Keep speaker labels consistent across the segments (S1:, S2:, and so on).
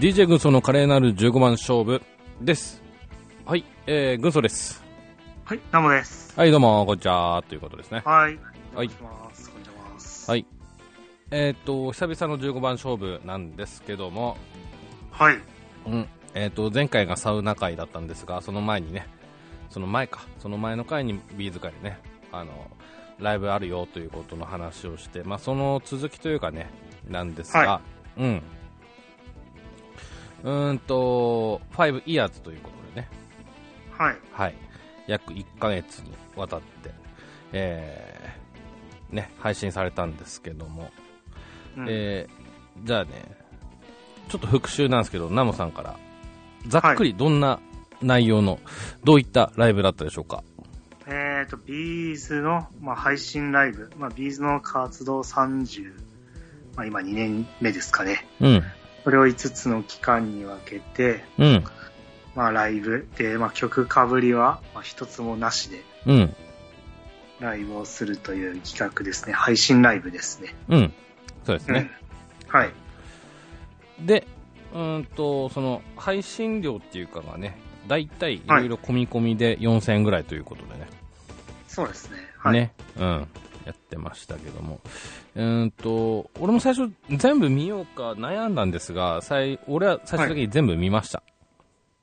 S1: DJ 軍曹の華麗なる15番勝負です。はい、えー、軍曹です。
S2: はい、ナモです。
S1: はい、どうも、こんにちは、ということですね。
S2: は
S1: は
S2: い。
S1: い
S2: お願いします。こんにちはます。
S1: はい。えーっと、久々の15番勝負なんですけども、
S2: はい。
S1: うん、えーっと、前回がサウナ会だったんですが、その前にね、その前か、その前の回にビーズ会でね、あの、ライブあるよということの話をして、まあ、その続きというかね、なんですが、
S2: は
S1: うん。うーんと、5イヤーズということでね、
S2: はい。
S1: はい、約1ヶ月にわたって、えーね、配信されたんですけども、
S2: うん
S1: えーじゃあね、ちょっと復習なんですけど、ナモさんから、ざっくりどんな内容の、どういったライブだったでしょうか。
S2: えっ、と、ビーズの、まあ、配信ライブ、まあ、ビーズの活動30、まあ、今2年目ですかね。
S1: うん、
S2: それを5つの期間に分けて、
S1: うん、
S2: まあ、ライブで、まあ、曲かぶりは、まあ、一つもなしで、
S1: うん、
S2: ライブをするという企画ですね。配信ライブですね。
S1: うん、そうですね。
S2: うん。はい。
S1: で、うーんと、その、配信料っていうかがね、だいたいいろいろ込み込みで4000円ぐらいということでね。
S2: そうですね。はい。
S1: ね、うん、やってましたけども、うーんと、俺も最初、全部見ようか悩んだんですが、最俺は最終的に全部見ました。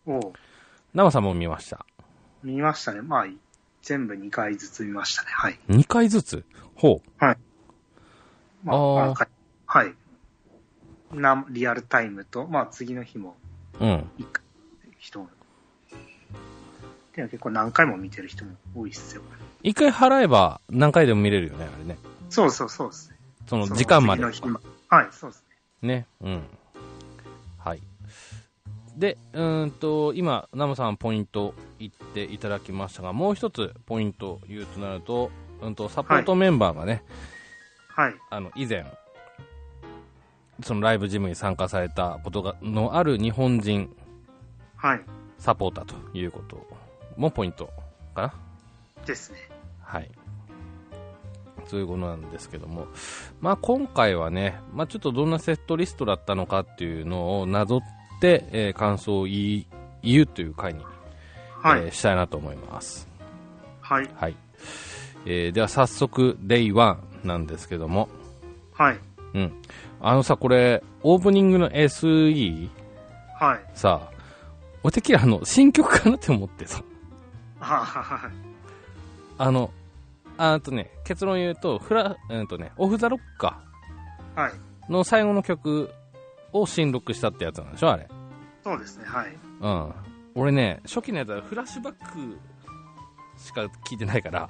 S2: おう
S1: 生さんも見ました。
S2: 見ましたね。まあ、全部2回ずつ見ましたね。はい。
S1: 2回ずつほう。
S2: はい。まあ、
S1: あー
S2: わかはい。な、リアルタイムと、まあ、次の日も、
S1: うん。
S2: 一回、人も。でも結構何回も見てる人も多いっすよ。
S1: 1回払えば何回でも見れるよね、あれね。
S2: そうそうそうですね。
S1: その
S2: その
S1: 時間まで
S2: 次の。日もはい、そうですね。
S1: ね。うん。はい。で、うーんと、今、ナムさんポイント言っていただきましたが、もう一つポイント言うとなると、うんと、サポートメンバーがね、
S2: はい。
S1: あの以前そのライブジムに参加されたことがのある日本人
S2: はい。
S1: サポーターということもポイントかな
S2: ですね。
S1: はいそういうことなんですけども、まあ、今回はね、まあ、ちょっとどんなセットリストだったのかっていうのをなぞって、えー感想を言い言うという回に、
S2: はい。
S1: えーしたいなと思います、
S2: はい。
S1: はいえーでは早速 Day1 なんですけども、
S2: はい。
S1: うん、あのさこれオープニングの SE
S2: はい。
S1: さ俺的にあの新曲かなって思ってさ
S2: あはい。
S1: あのあーとね結論言うとフラ、うんとね、オフ・ザ・ロッカ
S2: はい。
S1: ーの最後の曲を新録したってやつなんでしょあれ
S2: そうですね。はい。
S1: うん俺ね初期のやつはフラッシュバックしか聞いてないから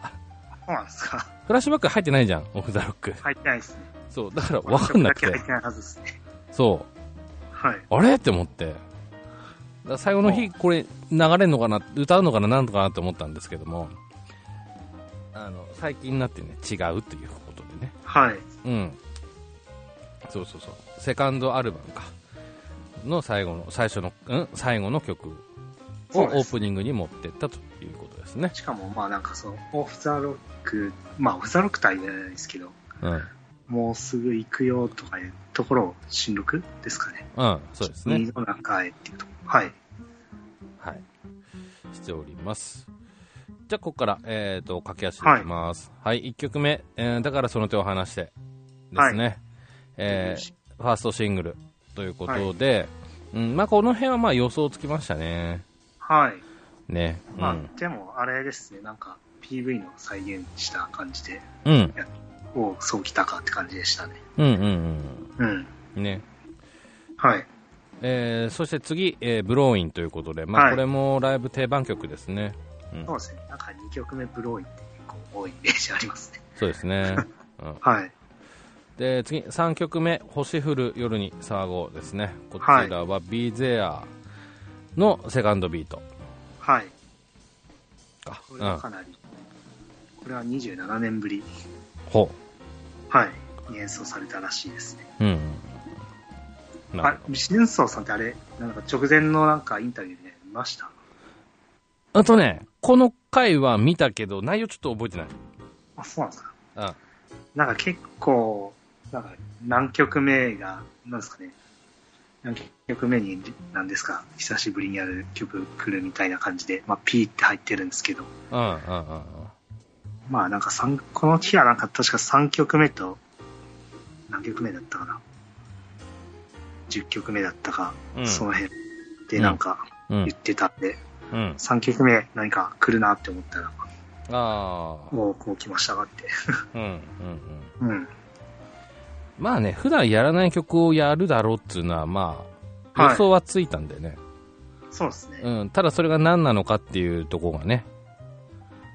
S2: そうなんですか。
S1: フラッシュバック入ってないじゃんオフ・ザ・ロック
S2: 入ってないですね。
S1: そうだから分かんなく
S2: これだけ入っててないはずですね。
S1: そう
S2: はい。
S1: あれって思って、だから最後の日、これ、流れるのかな、歌うのかな、なんとかなって思ったんですけども、あの最近になってね、違うということでね、
S2: はい。
S1: うん、そうそうそう、セカンドアルバムか、の最後の、最初の、うん、最後の曲を
S2: そ
S1: オ
S2: うです
S1: ープニングに持ってったということですね。
S2: しかも、まあなんかその、オフザロック、まあオフザロックとは言えないですけど、
S1: うん、うん、
S2: もうすぐ行くよとかいうところを新録ですかね。
S1: そうですね
S2: 海。の中へっていうとこはい。
S1: はい、しております。じゃあ、ここから、えー、と駆け足でいきます。はい、1曲目、えーだからその手を離してですね、えーファーストシングルということで、うんまあ、この辺はまあ予想つきましたね。
S2: はい。
S1: ね、うん
S2: まあ、でもあれですね、なんか PV の再現した感じで、
S1: うん、
S2: おそうきたかって感じでしたね。
S1: うん、うん、
S2: うん。
S1: うん、ね。
S2: はい。
S1: えーそして次、えーブローインということで、ま
S2: は
S1: あ、
S2: い
S1: これもライブ定番曲ですね。うん
S2: そう、ですね。なんか2曲目ブローインって結構多いイメージありますね。
S1: そうです ね。うん
S2: はい。
S1: で次3曲目「星降る夜に騒ごう」ですねこちらは b ゼアのセカンドビート
S2: はい。
S1: か、
S2: これはかなり、これは27年ぶり。
S1: うんほ
S2: はい。に演奏されたらしいですね。
S1: ううんな
S2: あ
S1: る
S2: れ
S1: ほど、
S2: 新庄さんってあれ、なんか直前のなんかインタビューで、ね、見ました
S1: あとねこの回は見たけど内容ちょっと覚えてない
S2: あ、そうなんですか
S1: あ
S2: なんか結構、なんか何曲目が、なんですかね、 4曲目に何ですか久しぶりにやる曲来るみたいな感じで、まあ、P って入ってるんですけど
S1: うんうんうんうん。
S2: まあなんか三この日はなんか確か3曲目と何曲目だったかな10曲目だったか、
S1: うん
S2: その辺でなんか
S1: うん
S2: 言ってたんで、
S1: うん。
S2: 3曲目何か来るなって思ったら
S1: ああ。
S2: もうこう来ましたかって
S1: うんうんうん。
S2: うん
S1: まあね、普段やらない曲をやるだろうっていうのは、まあ、
S2: はい
S1: 予想はついたんだよね。
S2: そうですね、
S1: うん。ただそれが何なのかっていうところがね、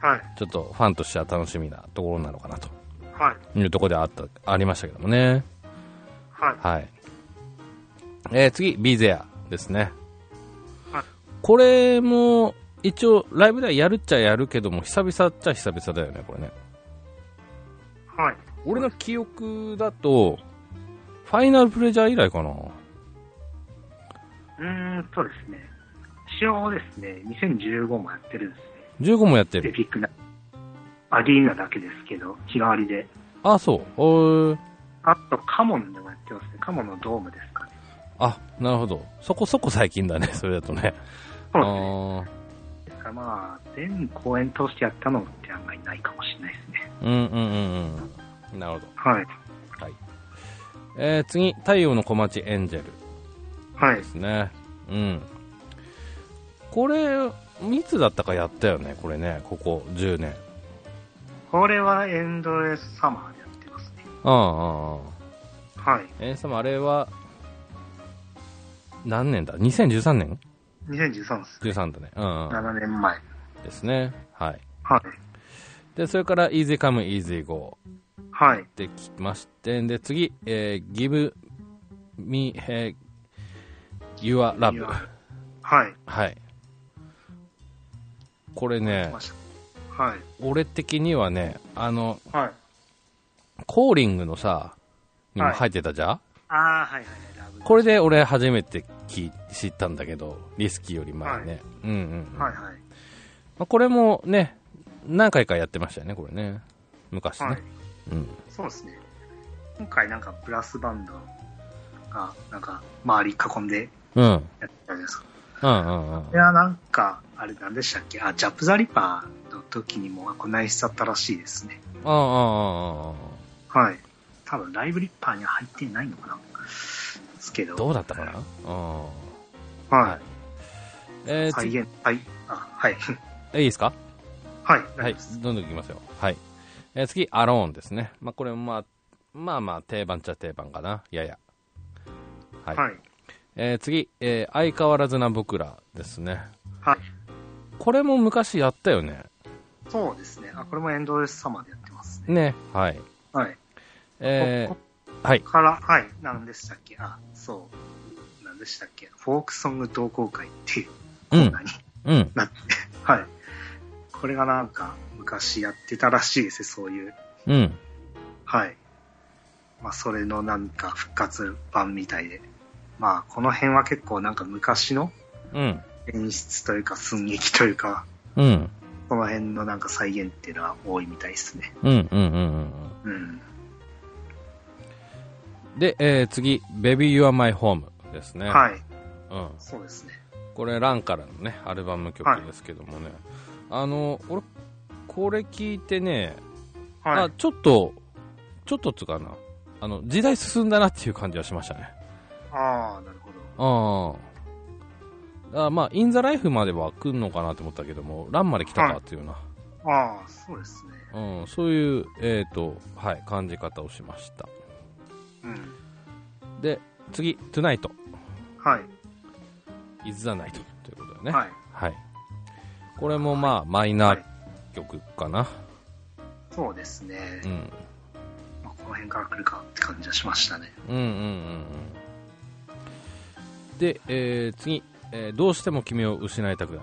S2: はい
S1: ちょっとファンとしては楽しみなところなのかなと
S2: はい
S1: いうところではあった、ありましたけどもね。
S2: はい
S1: はい。えー、次、ビーゼアですね。
S2: はい
S1: これも、一応、ライブではやるっちゃやるけども、久々っちゃ久々だよね、これね。
S2: はい
S1: 俺の記憶だと、ファイナルプレジャー以来かな。
S2: うーんとですね一応ですね2015もやってるんです
S1: 15もやって
S2: ねエ
S1: る。
S2: ピックなアリーナだけですけど日替わりで
S1: あ、そう。おー
S2: あとカモンでもやってますねカモンのドームですかね
S1: あ、なるほど。そこそこ最近だね、 それだとね。
S2: そうですね
S1: あ
S2: ですからまあ全公演通してやったのってあんまりないかもしれないですね
S1: ーうんうんうんうん。なるほど。
S2: はい
S1: はい。えー、次、太陽の小町エンジェル
S2: はい
S1: ですね。うん。これ、いつだったかやったよね、これね、ここ10年。
S2: これはエンドレスサマーでやってますね
S1: うんうんうん。
S2: はい
S1: えー、さま、あれは、何年だ ?2013 年
S2: 2013です
S1: ?13 だね。うん、う
S2: 7年前
S1: ん。ですね。はい。
S2: はい
S1: で、それから、Easy Come, Easy Go。
S2: はい
S1: ってきまして、で、次、えー、Give Me、えー、Your Love。
S2: はい
S1: はい。これね
S2: ま、したはい
S1: 俺的にはね、あの、
S2: はい
S1: コーリングのさ、にも入ってたじゃん、
S2: ああはいはいはいラブ
S1: これで俺初めてき知ったんだけど、リスキーより前ね。うんうん。
S2: はいはい
S1: まあ、これもね、何回かやってましたよね、これね。昔ね。
S2: はい
S1: うん。
S2: そうですね。今回なんかブラスバンドが、なんか周り囲んで
S1: うん。
S2: やってたじゃないですか。
S1: うんうんうん
S2: い。や、なんか、あれなんでしたっけあ、ジャップザリパーの時にも、あこんな演出だったらしいですね。
S1: ああ、ああ、あ
S2: はい。多分ライブリッパーには入ってないのかなですけど。
S1: あ。どうだったかなうん。
S2: は
S1: え
S2: い。
S1: ー、
S2: 再
S1: 次
S2: 現、はい。あ、はい。
S1: えいいですか
S2: はい。大丈夫
S1: はい
S2: です。、
S1: どんどんいきますよ。はい。えー次、アローンですね。まあ、これもまあ、まあまあ、定番っちゃ定番かな。やや。はい。
S2: はい。
S1: えー次、えー相変わらずな僕らですね。
S2: はい。
S1: これも昔やったよね。
S2: そうですね。あ、これもエンドレスサマーでやってますね。
S1: ね。はい。
S2: はい。
S1: え
S2: こ
S1: ーはい。
S2: から、はい。何でしたっけあ、そう。何でしたっけフォークソング同好会っていう
S1: う
S2: コー
S1: ん
S2: ナーに。
S1: うん。
S2: なって、 はい。これがなんか昔やってたらしいですね、そういう。
S1: うん。
S2: はい。まあ、それのなんか復活版みたいで。まあ、この辺は結構なんか昔の
S1: うん。
S2: 演出というか寸劇というか、
S1: うん。
S2: この辺のなんか再現っていうのは多いみたいですね。
S1: うん。うん。うんうん。
S2: うん。
S1: で、えー次、Baby You Are My Home ですね。い。
S2: はい。
S1: うん。
S2: そうですね。
S1: これランからのねアルバムの曲ですけどもね、あの俺これ聞いてね、
S2: は
S1: あ
S2: い。
S1: ちょっとちょっとっつうかなあの時代進んだなっていう感じはしましたね
S2: ああ、なるほど。
S1: ああまあインザライフまでは来んのかなと思ったけどもランまで来たかっていうよ
S2: ああ、そうですね。
S1: うな、うん、そういうえっ、とはい感じ方をしました
S2: うん。
S1: で次「TONIGHT」
S2: はい。
S1: 「IS THE NIGHT」ということでね
S2: はい。
S1: はい、これもまあマイナー曲かな、
S2: そうですね
S1: う。ん
S2: まあ、この辺から来るかって感じはしましたね。
S1: うんうんうんうんで、えー次、えーどうしても君を失いたくない」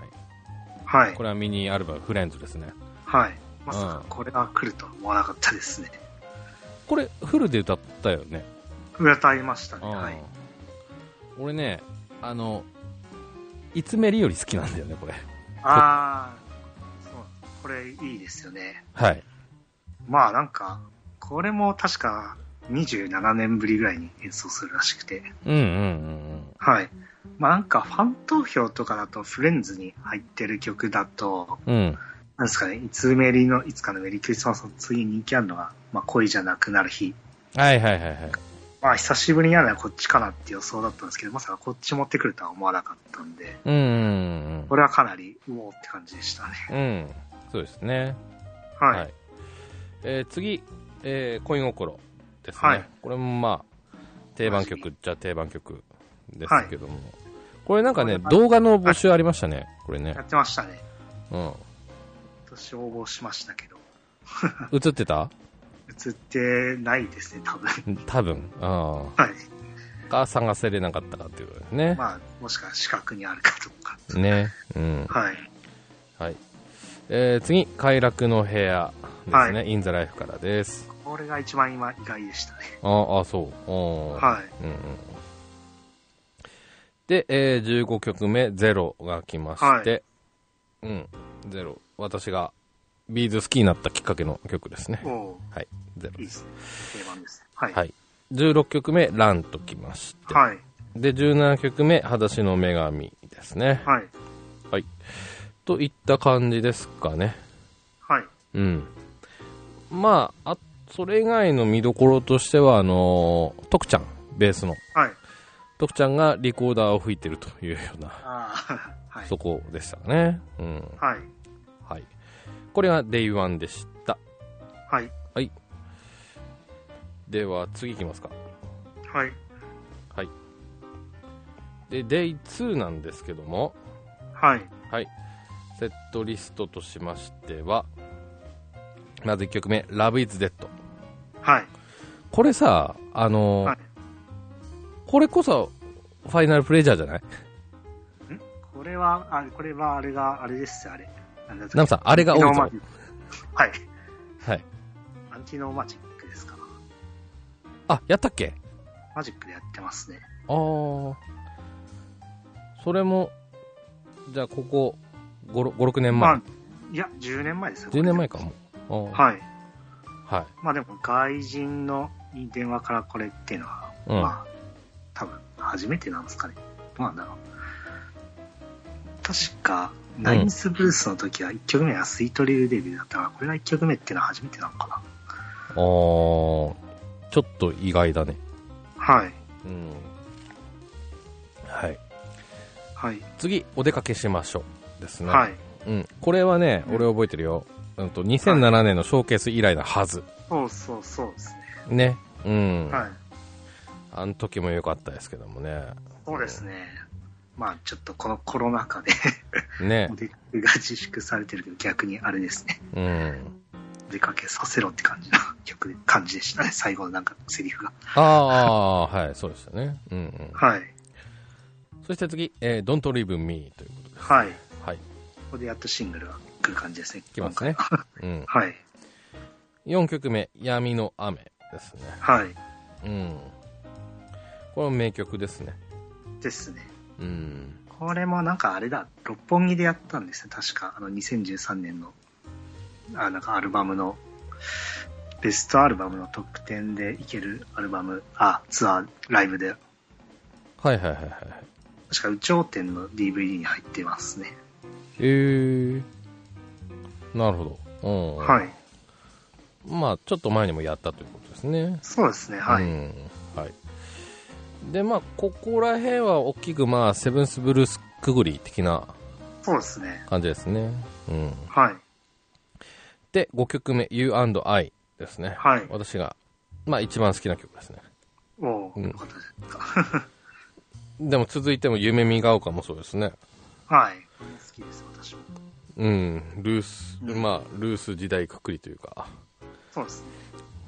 S2: はい
S1: こ。れはミニアルバム「フレンズ」ですね
S2: はい。まさか
S1: うん
S2: これが来るとは思わなかったですね。
S1: これフルで歌ったよね、
S2: 歌いましたね。
S1: うん
S2: はい。
S1: 俺ねあのいつめりより好きなんだよねこれ
S2: ああ、そう。これいいですよね。
S1: はい
S2: まあなんか、これも確か27年ぶりぐらいに演奏するらしくて、
S1: うんうんうんうん
S2: はい。まあなんかファン投票とかだとフレンズに入ってる曲だと、
S1: うん。
S2: なんですかね、いつメリの、いつかのメリークリスマスの次に人気あるのが、まあ恋じゃなくなる日。
S1: はいはいはいはい。
S2: まあ久しぶりにやるのはこっちかなって予想だったんですけど、まさかこっち持ってくるとは思わなかったんで、
S1: うんうん
S2: これはかなり、うおーって感じでしたね。
S1: うん。うん。そうですね。
S2: はい。
S1: えー次、えー恋心ですね。
S2: はい
S1: これもまあ、定番曲っちゃ定番曲ですけども。これなんかね、
S2: これ
S1: 動画の募集ありましたね。これね
S2: や。ってましたね。
S1: うん。
S2: 私応募しましたけど、
S1: 映ってた
S2: 映ってないですね、多分。
S1: 多分。あ
S2: はい。
S1: あ。か、探せれなかったかっていうことですね。
S2: まあ、もしか視覚にあるかどうか。
S1: ね。うん。
S2: はい。
S1: はい。えー次、快楽の部屋ですね。
S2: は
S1: インザライフからです。
S2: これが一番今意外でしたね。
S1: ああ、そう。は
S2: はい。
S1: い。うんうん。で、えー15曲目、ゼロが来まして、うん、ゼロ。私がビーズ好きになったきっかけの曲ですね。
S2: おー
S1: はい、ゼロ
S2: いい
S1: で。
S2: ですすね。定番です。はい。
S1: はい。16曲目、ランときまして、
S2: はい。
S1: で、17曲目、裸足の女神ですね。
S2: はい。
S1: はい。といった感じですかね。
S2: はい。
S1: うん。まあ、あ、それ以外の見どころとしては、あのー、徳ちゃん、ベースの。
S2: はい。
S1: 徳ちゃんがリコーダーを吹いてるというような、
S2: ああ、 はい
S1: そ。こでしたね。うん。
S2: はい。
S1: はい。これがデイワンでした。
S2: はい。
S1: では、次行きますか。
S2: はい。
S1: はい。で、デイ2なんですけども、
S2: はい。
S1: はい。セットリストとしましては、まず1曲目、Love is Dead。
S2: はい。
S1: これさ、あのー
S2: はい。
S1: これこそ、ファイナルプレジャーじゃない
S2: これは、あれ、これはあれが、あれですよ、あれ。なんだっけ
S1: ナムさん、あれが多い
S2: ア
S1: ぞ
S2: ンティノーマジッ。クはい。
S1: はい。
S2: アンティノーマジックですか。
S1: あ、やったっけ
S2: マジックでやってますね。
S1: あー。それも、じゃあ、ここ、5、6年前。
S2: まあ、いや、10年前ですよ。
S1: 10年前かも。あー
S2: はい。
S1: はい。
S2: まあでも、外人の電話からこれっていうのは、
S1: うん
S2: まあ、多分、初めてなんですかね。どうなんだろう。確か、ナインスブルースの時は1曲目はスイートリルデビューだったから、これが1曲目っていうのは初めてなのかな。
S1: あー。ちょっと意外だね。
S2: はい。
S1: うん。はい。
S2: はい。
S1: 次、お出かけしましょう。ですね。
S2: はい。
S1: うん。これはね、
S2: うん
S1: 俺覚えてるよ。うんと、2007年のショーケース以来なはず。
S2: そうそうそうですね。
S1: ね。うん。
S2: はい。
S1: あの時も良かったですけどもね。
S2: そうですね。まあ、ちょっとこのコロナ禍で、
S1: ね
S2: お。出かけが自粛されてるけど、逆にあれですね。
S1: うん。
S2: お出かけさせろって感じの曲で、感じでしたね。最後のなんかセリフが。
S1: ああ、はい、そうでしたね。うんうん。
S2: はい。
S1: そして次、えー、Don't Leave Me ということで。
S2: はい。
S1: はい、
S2: ここでやっとシングルが来る感じですね。
S1: いきますね。うん。
S2: はい。
S1: 4曲目、闇の雨ですね。
S2: はい。
S1: うん。これも名曲ですね。
S2: ですね。
S1: うん。
S2: これもなんかあれだ、六本木でやったんですね。確か、あの、2013年の、あ、なんかアルバムの、ベストアルバムの特典でいけるアルバム、あ、ツアー、ライブで、
S1: はいはいはいはい。
S2: 確か、有頂天の DVD に入ってますね。
S1: えー。なるほど。うん。。
S2: はいい。
S1: まあ、ちょっと前にもやったということですね。
S2: そうですね、はい。
S1: うん。はい。で、まあ、ここら辺は大きく、まあ、セブンスブルースくぐり的な
S2: そうですね。
S1: 感じですね。うん。
S2: はい。
S1: で、5曲目、You and I ですね。
S2: はい
S1: 私が、まあ一番好きな曲ですね。
S2: お
S1: う
S2: お、
S1: ん
S2: よかったですか。
S1: でも続いても、夢見が丘もそうですね。
S2: はい。好きです、私も。
S1: うん、ルース、
S2: うん
S1: まあ、ルース時代くくりというか。
S2: そうですね。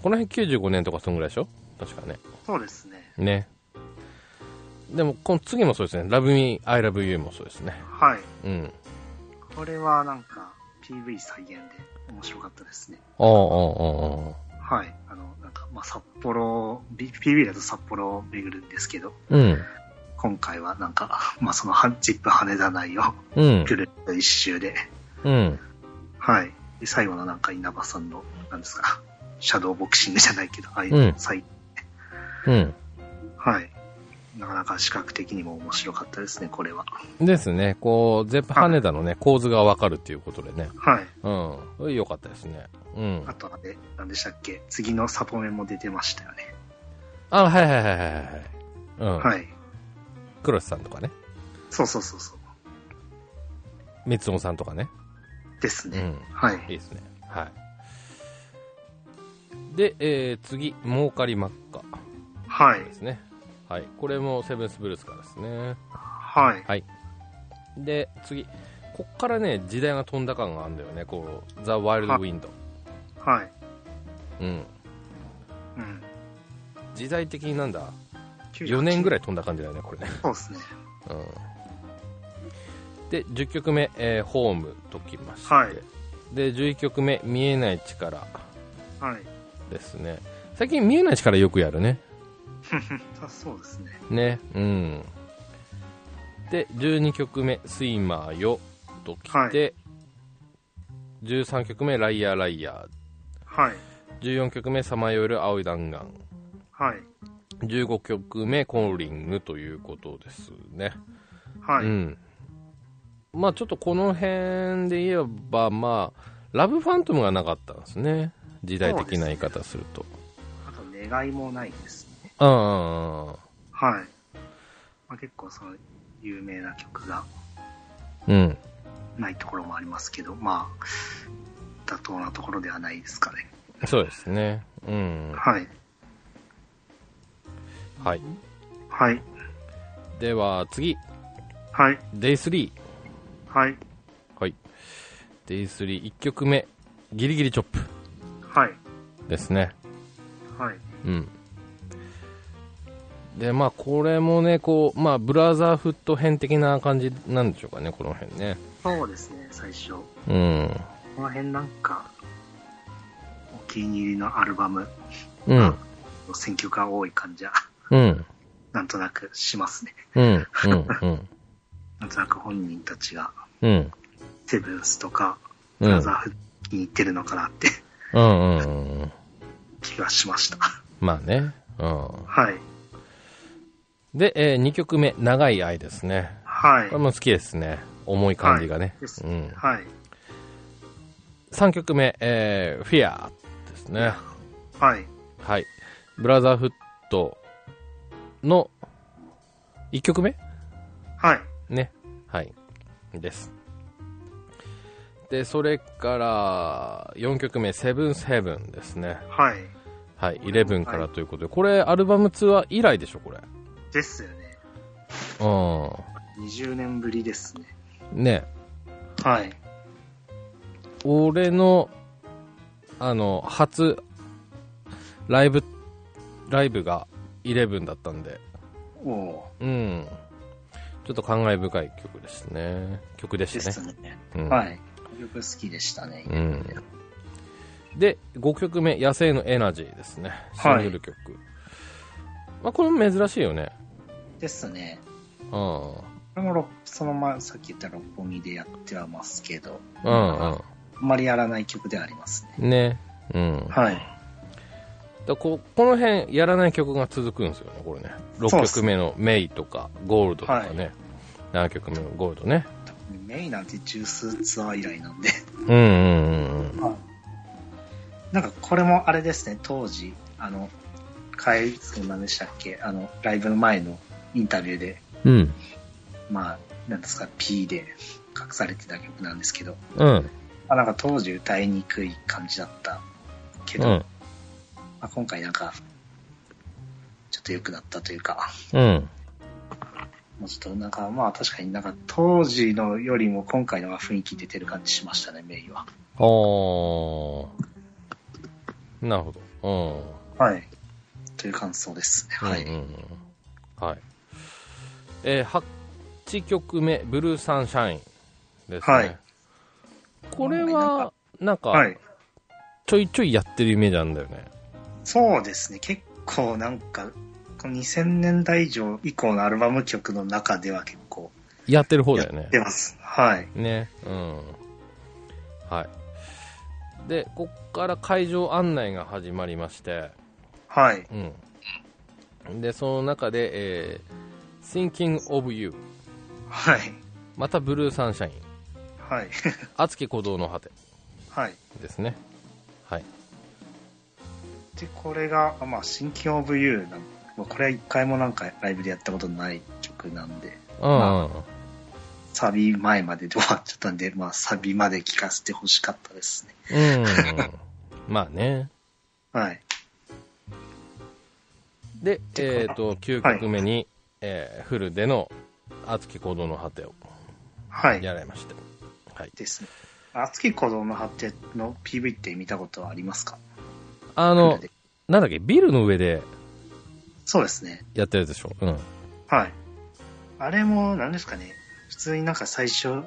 S1: この辺95年とかそんぐらいでしょ確かね。
S2: そうですね。
S1: ね。でも、この次もそうですね。Love Me, I Love You もそうですね。
S2: はい。
S1: うん。
S2: これはなんか PV 再現で面白かったですね。
S1: ああ、ああ、ああ。
S2: はい。あの、なんか、まあ、札幌、B- PV だと札幌を巡るんですけど、
S1: うん。
S2: 今回はなんか、まあ、そのは、ジップ羽田内を
S1: うん
S2: ぐ。るっと一周で、
S1: うん。
S2: はい。で、最後のなんか稲葉さんの、なんですか、シャドーボクシングじゃないけど、ああいううん再、
S1: うん。
S2: はい。なかなか視覚的にも面白かったですね、これは。
S1: ですね。こう、ゼップ羽田のね、構図がわかるっていうことでね。
S2: はい。
S1: うん。良かったですね。うん
S2: あ。とはね、何でしたっけ次のサポメンも出てましたよね。
S1: あ、はいはいはいはいはい。うん。。
S2: はいい。
S1: クロスさんとかね。
S2: そうそうそうそう。
S1: ミツオさんとかね。
S2: です
S1: う
S2: ね。
S1: ん。
S2: はい
S1: い
S2: い。
S1: ですね。はい。で、えー、次、儲かり真っ赤
S2: はい。
S1: ですね。はい。これもセブンスブルースからですね。
S2: はい。
S1: で、次。こっからね、時代が飛んだ感があるんだよね。こう、ザ・ワイルド・ウィンド。
S2: はい。
S1: うん。
S2: うん。
S1: 時代的になんだ、4年ぐ
S2: らい。
S1: らい飛んだ感じだよね、 これね。
S2: そうですね。
S1: うん、で10曲目、えーホーム」ときまして、
S2: はい
S1: で11曲目「見えない力
S2: はい。」
S1: ですね最近見えない力よくやるね
S2: あそうですね。
S1: ねうんで12曲目「スイマーよ」ときて、
S2: はい
S1: 13曲目「ライアーライア
S2: はい。
S1: ー」14曲目「さまよえる青い弾丸
S2: はい。」
S1: 15曲目「コーリング」ということですね
S2: はい。
S1: うん、まあちょっとこの辺で言えば、まあ、ラブファントムがなかったんですね、時代的な言い方すると。
S2: あと、願いもないですね。
S1: うんうんうん
S2: はい。まあ、結構、その、有名な曲が
S1: うん、うん、
S2: ないところもありますけど、まあ、妥当なところではないですかね。
S1: そうですね、うん、
S2: はい。
S1: はい、
S2: はい。
S1: では次、
S2: はい。
S1: Day3、
S2: はい。
S1: はい、Day3、1曲目、ギリギリチョップ
S2: はい。
S1: ですね、
S2: はい。
S1: うん。で、まあ、これもね、こう、まあ、ブラザーフット編的な感じなんでしょうかね、この辺ね。
S2: そうですね、最初。こ
S1: うん。
S2: の辺なんか、お気に入りのアルバム
S1: うん。
S2: の選曲が多い感じは、
S1: うん。
S2: なんとなくしますね。
S1: うん、うん、うん。
S2: なんとなく本人たちが、
S1: うん。
S2: セブンスとか、
S1: う
S2: ブ
S1: ん
S2: ラザーフに行ってるのかなって
S1: うんうんうん。
S2: 気がしました。
S1: まあね。うん。
S2: はい。
S1: で、え2曲目、長い愛ですね。
S2: は
S1: これ。
S2: い
S1: も好きですね。重い感じがね。
S2: です
S1: う
S2: ね
S1: ん。
S2: はい。
S1: 3曲目、えー、フィアーですね。
S2: はい。
S1: はい。ブラザーフットの1曲目
S2: はい。
S1: ね。はい。です。で、それから、4曲目、セブンセブンですね。
S2: はい。
S1: はい、11からということで、これ、アルバムツアー以来でしょ、これ。
S2: ですよね。
S1: う
S2: 20年ぶりですね。
S1: ん。ね
S2: はい。
S1: 俺の、あの、初、ライブ、ライブが11だったんで、
S2: おお
S1: うん。ちょっと感慨深い曲ですね。曲で
S2: ー。で
S1: したね。
S2: すね。
S1: うん、
S2: はい。曲好きでしたね。
S1: うんで、5曲目、野生のエナジーですね。シン
S2: はい
S1: グル曲。まあ、これも珍しいよね。
S2: ですね。
S1: うん。
S2: これもろそのまさっき言った六本木でやってはますけど、
S1: うん
S2: あんまりやらない曲ではありますね。
S1: うん。ね。うん。
S2: はい。
S1: だここの辺やらない曲が続くんですよね、これね。
S2: そう
S1: 6
S2: っす
S1: 曲目のメイとか、ゴールドとかね。7曲目のゴールドね。
S2: メインなんてジュースツアー以来なんで。
S1: うんうんうん
S2: なんかこれもあれですね、当時、あの、帰り、そんなんでしたっけ、あの、ライブの前のインタビューで、
S1: うん。うん。
S2: まあ、なんですか、P で隠されてた曲なんですけど、
S1: うん。
S2: まあ、なんか当時歌いにくい感じだったけ
S1: う
S2: ど、
S1: ん。
S2: まあ、今回なんか、ちょっと良くなったというか、
S1: うん。
S2: もうちょっとなんかまあ確かになんか当時のよりも今回のが雰囲気出てる感じしましたね、メインは。
S1: おー。なるほど。
S2: はい。という感想ですね。
S1: うん。
S2: はい。
S1: うんうんうん、はい。えー、8曲目、ブルーサンシャインですね。
S2: はい
S1: これは、なん
S2: は
S1: か、
S2: い。
S1: ちょいちょいやってるイメージあるんだよね。
S2: そうですね。結構なんか、この2000年代以上以降のアルバム曲の中では結構
S1: やってる方
S2: や
S1: だよね。
S2: ってます。はい。
S1: ね、うん。はい。で、こっから会場案内が始まりまして、
S2: はい。
S1: うん。で、その中で、えー Thinking of You、
S2: はい。
S1: またブルーサンシャイン、
S2: はい。
S1: 熱き鼓動の果て
S2: はい。
S1: ですね。はい。
S2: で、これが、あまあ、新規オブユーなんまあこれは一回もなんかライブでやったことない曲なんで、
S1: うんうんうん。
S2: サビ前までで終わっちゃったんで、まあ、サビまで聴かせてほしかったですね。
S1: うん。まあね。
S2: はい。
S1: で、え
S2: てか
S1: っ、と、9曲目に、えーフルでの熱き行動の果てを
S2: はい。
S1: やられました。はい。
S2: ですね。熱き子供の発展の PV って見たことはありますか
S1: あ
S2: フ
S1: の
S2: ルで、
S1: なんだっけ、ビルの上で
S2: そうですね。
S1: やってるでしょ。うん。
S2: はい。あれも、なんですかね。普通になんか最初、なん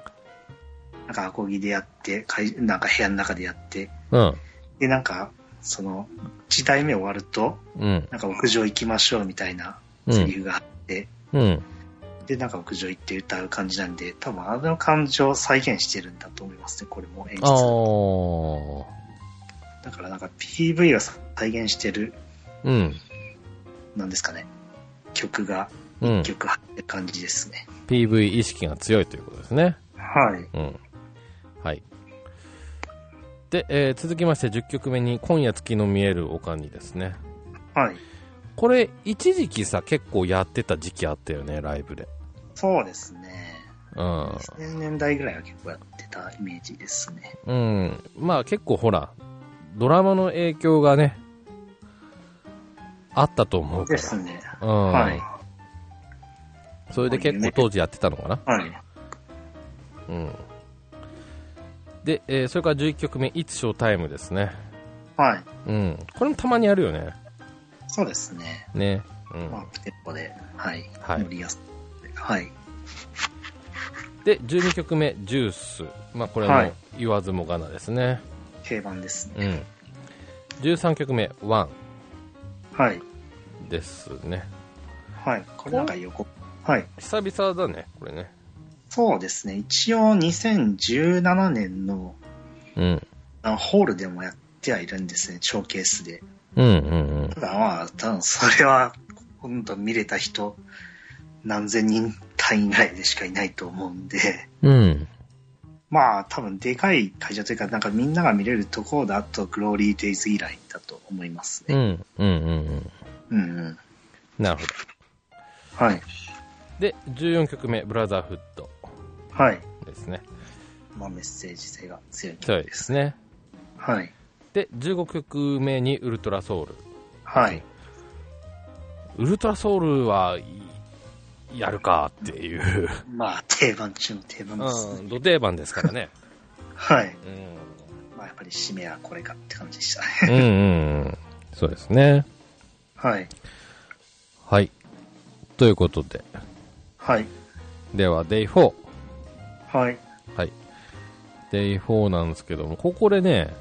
S2: かアコギでやって、かいなんか部屋の中でやって、
S1: うん。
S2: で、なんか、その、1台目終わると、
S1: うん。
S2: なんか屋上行きましょうみたいな
S1: う
S2: セリ
S1: ん。
S2: フがあって、
S1: うん。
S2: で、なんか屋上行って歌う感じなんで、多分あの感情を再現してるんだと思いますね、これも演
S1: あ
S2: 出。
S1: ー。
S2: だからなんか PV を再現してる、
S1: うん。
S2: なんですかね、曲が、
S1: うん。
S2: 曲入ってる感じですね。
S1: PV 意識が強いということですね。
S2: はい。
S1: うん。はい。で、えー続きまして10曲目に、今夜月の見える丘にですね。
S2: はい。
S1: これ、一時期さ、結構やってた時期あったよね、ライブで。
S2: そうですね。
S1: うん。
S2: 2000年代ぐらいは結構やってたイメージですね。
S1: うん。まあ結構ほら、ドラマの影響がね、あったと思うか
S2: で
S1: ら。
S2: すね。
S1: うん。
S2: はい。
S1: それで結構当時やってたのかな。
S2: はい。
S1: うん。で、えーそれから11曲目、It's Show Time ですね。
S2: はい。
S1: うん。これもたまにやるよね。
S2: そうですね。
S1: ね。うん
S2: ま。あ、テンポで、はい。
S1: はい
S2: 乗りやすくてはい。
S1: で、12曲目、ジュース。まあこれも
S2: はい
S1: 言わずもがなですね。
S2: 定番ですね。
S1: うん。13曲目、ワ
S2: はい。
S1: ンですね。
S2: はい。これなんか横。はい。
S1: 久々だね、これね。
S2: そうですね。一応2017年の
S1: うん。
S2: あホールでもやってはいるんですね。ショーケースで。
S1: うんうんうん。
S2: ただまあ、多分それは、今度見れた人、何千人単位ぐらいでしかいないと思うんで。
S1: うん。
S2: まあ、多分でかい会場というか、なんかみんなが見れるところだと、グローリーデイズ以来だと思います
S1: う
S2: ね。
S1: ん。うんうんうん。
S2: うん、うん。
S1: なるほど。
S2: はい。
S1: で、14曲目、ブラザーフッド
S2: はい。
S1: ですね。
S2: まあ、メッセージ性が強い
S1: そうで
S2: 曲ですす。
S1: ね。
S2: はい。
S1: で、15曲目にウルトラソウル。
S2: はい。
S1: ウルトラソウルは、いやるかっていう、
S2: まあ、定番中の定番ですね。
S1: うん、ド定番ですからね。
S2: は
S1: う
S2: い。
S1: ん。
S2: まあ、やっぱり締めはこれかって感じでした
S1: うん
S2: ね。
S1: うんうん。そうですね。
S2: はい。
S1: はい。ということで、
S2: はい。
S1: では、デイ4。
S2: はい。
S1: はい。デイ4なんですけども、ここでね、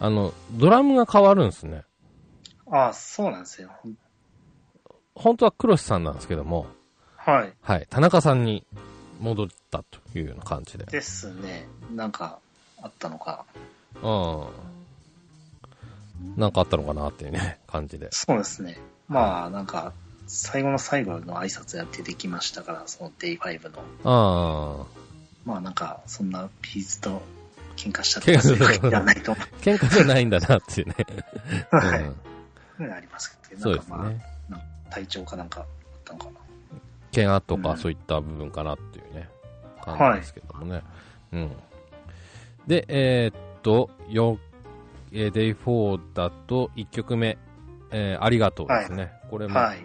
S1: あの、ドラムが変わるんですね。
S2: ああ、そうなんですよ。
S1: 本当はクロシさんなんですけども、
S2: はい。
S1: はい、田中さんに戻ったというような感じで。
S2: ですね。なんか、あったのか。
S1: うん。なんかあったのかなっていうね、感じで。
S2: そうですね。まあ、なんか、最後の最後の挨拶やってできましたから、その Day5 の。
S1: ああ。
S2: まあなんか、そんなピーズと喧嘩したと
S1: 喧嘩
S2: か
S1: す
S2: そ
S1: る
S2: ういうわけではないと思
S1: 喧嘩じゃないんだなっていうね。う
S2: う。はい
S1: ん。
S2: うんありますけど、
S1: そう
S2: な
S1: で
S2: んか
S1: す
S2: まあ、
S1: ね。
S2: なんか体調かなんかあったのかな。
S1: 喧嘩と
S2: う
S1: か
S2: ん
S1: そういった部分かなっていうね、
S2: い
S1: 感じですけどもね。うん。で、えーっと、よ、えー、デイ4だと1曲目、えーありがとうですね。これも
S2: はい。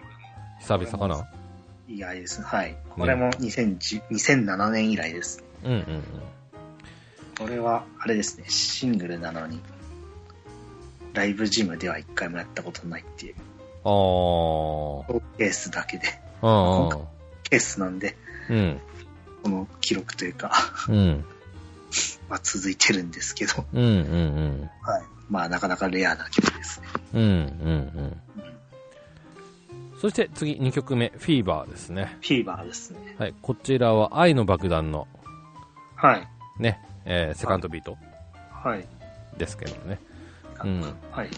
S1: 久々かな、
S2: 意外ですね。はい。これも2010 2007年以来です。
S1: うんうんうん。
S2: これは、あれですね、シングルなのに、ライブジムでは一回もやったことないっていう、
S1: あー
S2: ケースだけで、
S1: うん
S2: 今ケースなんで、
S1: うん。うん。
S2: この記録というか、
S1: うん。
S2: まあ続いてるんですけど、
S1: うんうんうん。
S2: はい。まあなかなかレアな曲ですね。
S1: うんうんうん。そして次2曲目、フィーバーですね。
S2: フィーバーですね。
S1: はい、こちらは愛の爆弾の
S2: はい。
S1: ね、えーセカンドビート
S2: はい。
S1: ですけどね。うん
S2: はい。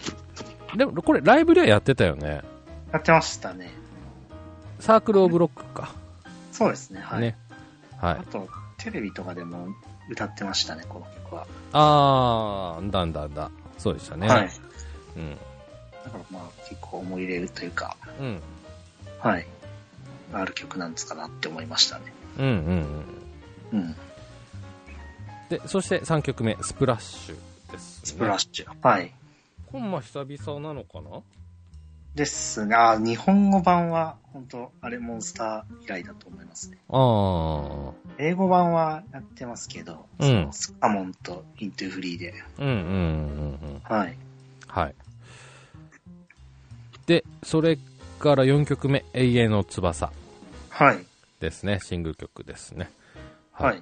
S1: でもこれライブではやってたよね。
S2: やってましたね。
S1: サークルオブロックか。
S2: そうですね、はい。
S1: ね。はい
S2: あ。と、テレビとかでも歌ってましたね、この曲は。
S1: あー、だんだんだ。そうでしたね。
S2: はい。
S1: うん。
S2: だからまあ、結構思い入れるというか、
S1: うん。
S2: はい。ある曲なんですかなって思いましたね。
S1: うんうんうん。
S2: うん。
S1: で、そして3曲目、スプラッシュです、ね。
S2: スプラ
S1: シ
S2: ッシュ。はい。
S1: ュ。コンマ久々なのかな
S2: ですが、日本語版は、本当あれモンスター以来だと思いますね。
S1: あ
S2: 英語版はやってますけど、
S1: うん
S2: そのスカモンとイントゥフリーで、
S1: ー。うんうんうんうん。
S2: はい。
S1: はい。で、それから4曲目、永遠の翼
S2: はい。
S1: ですね。シングル曲ですね。
S2: はい。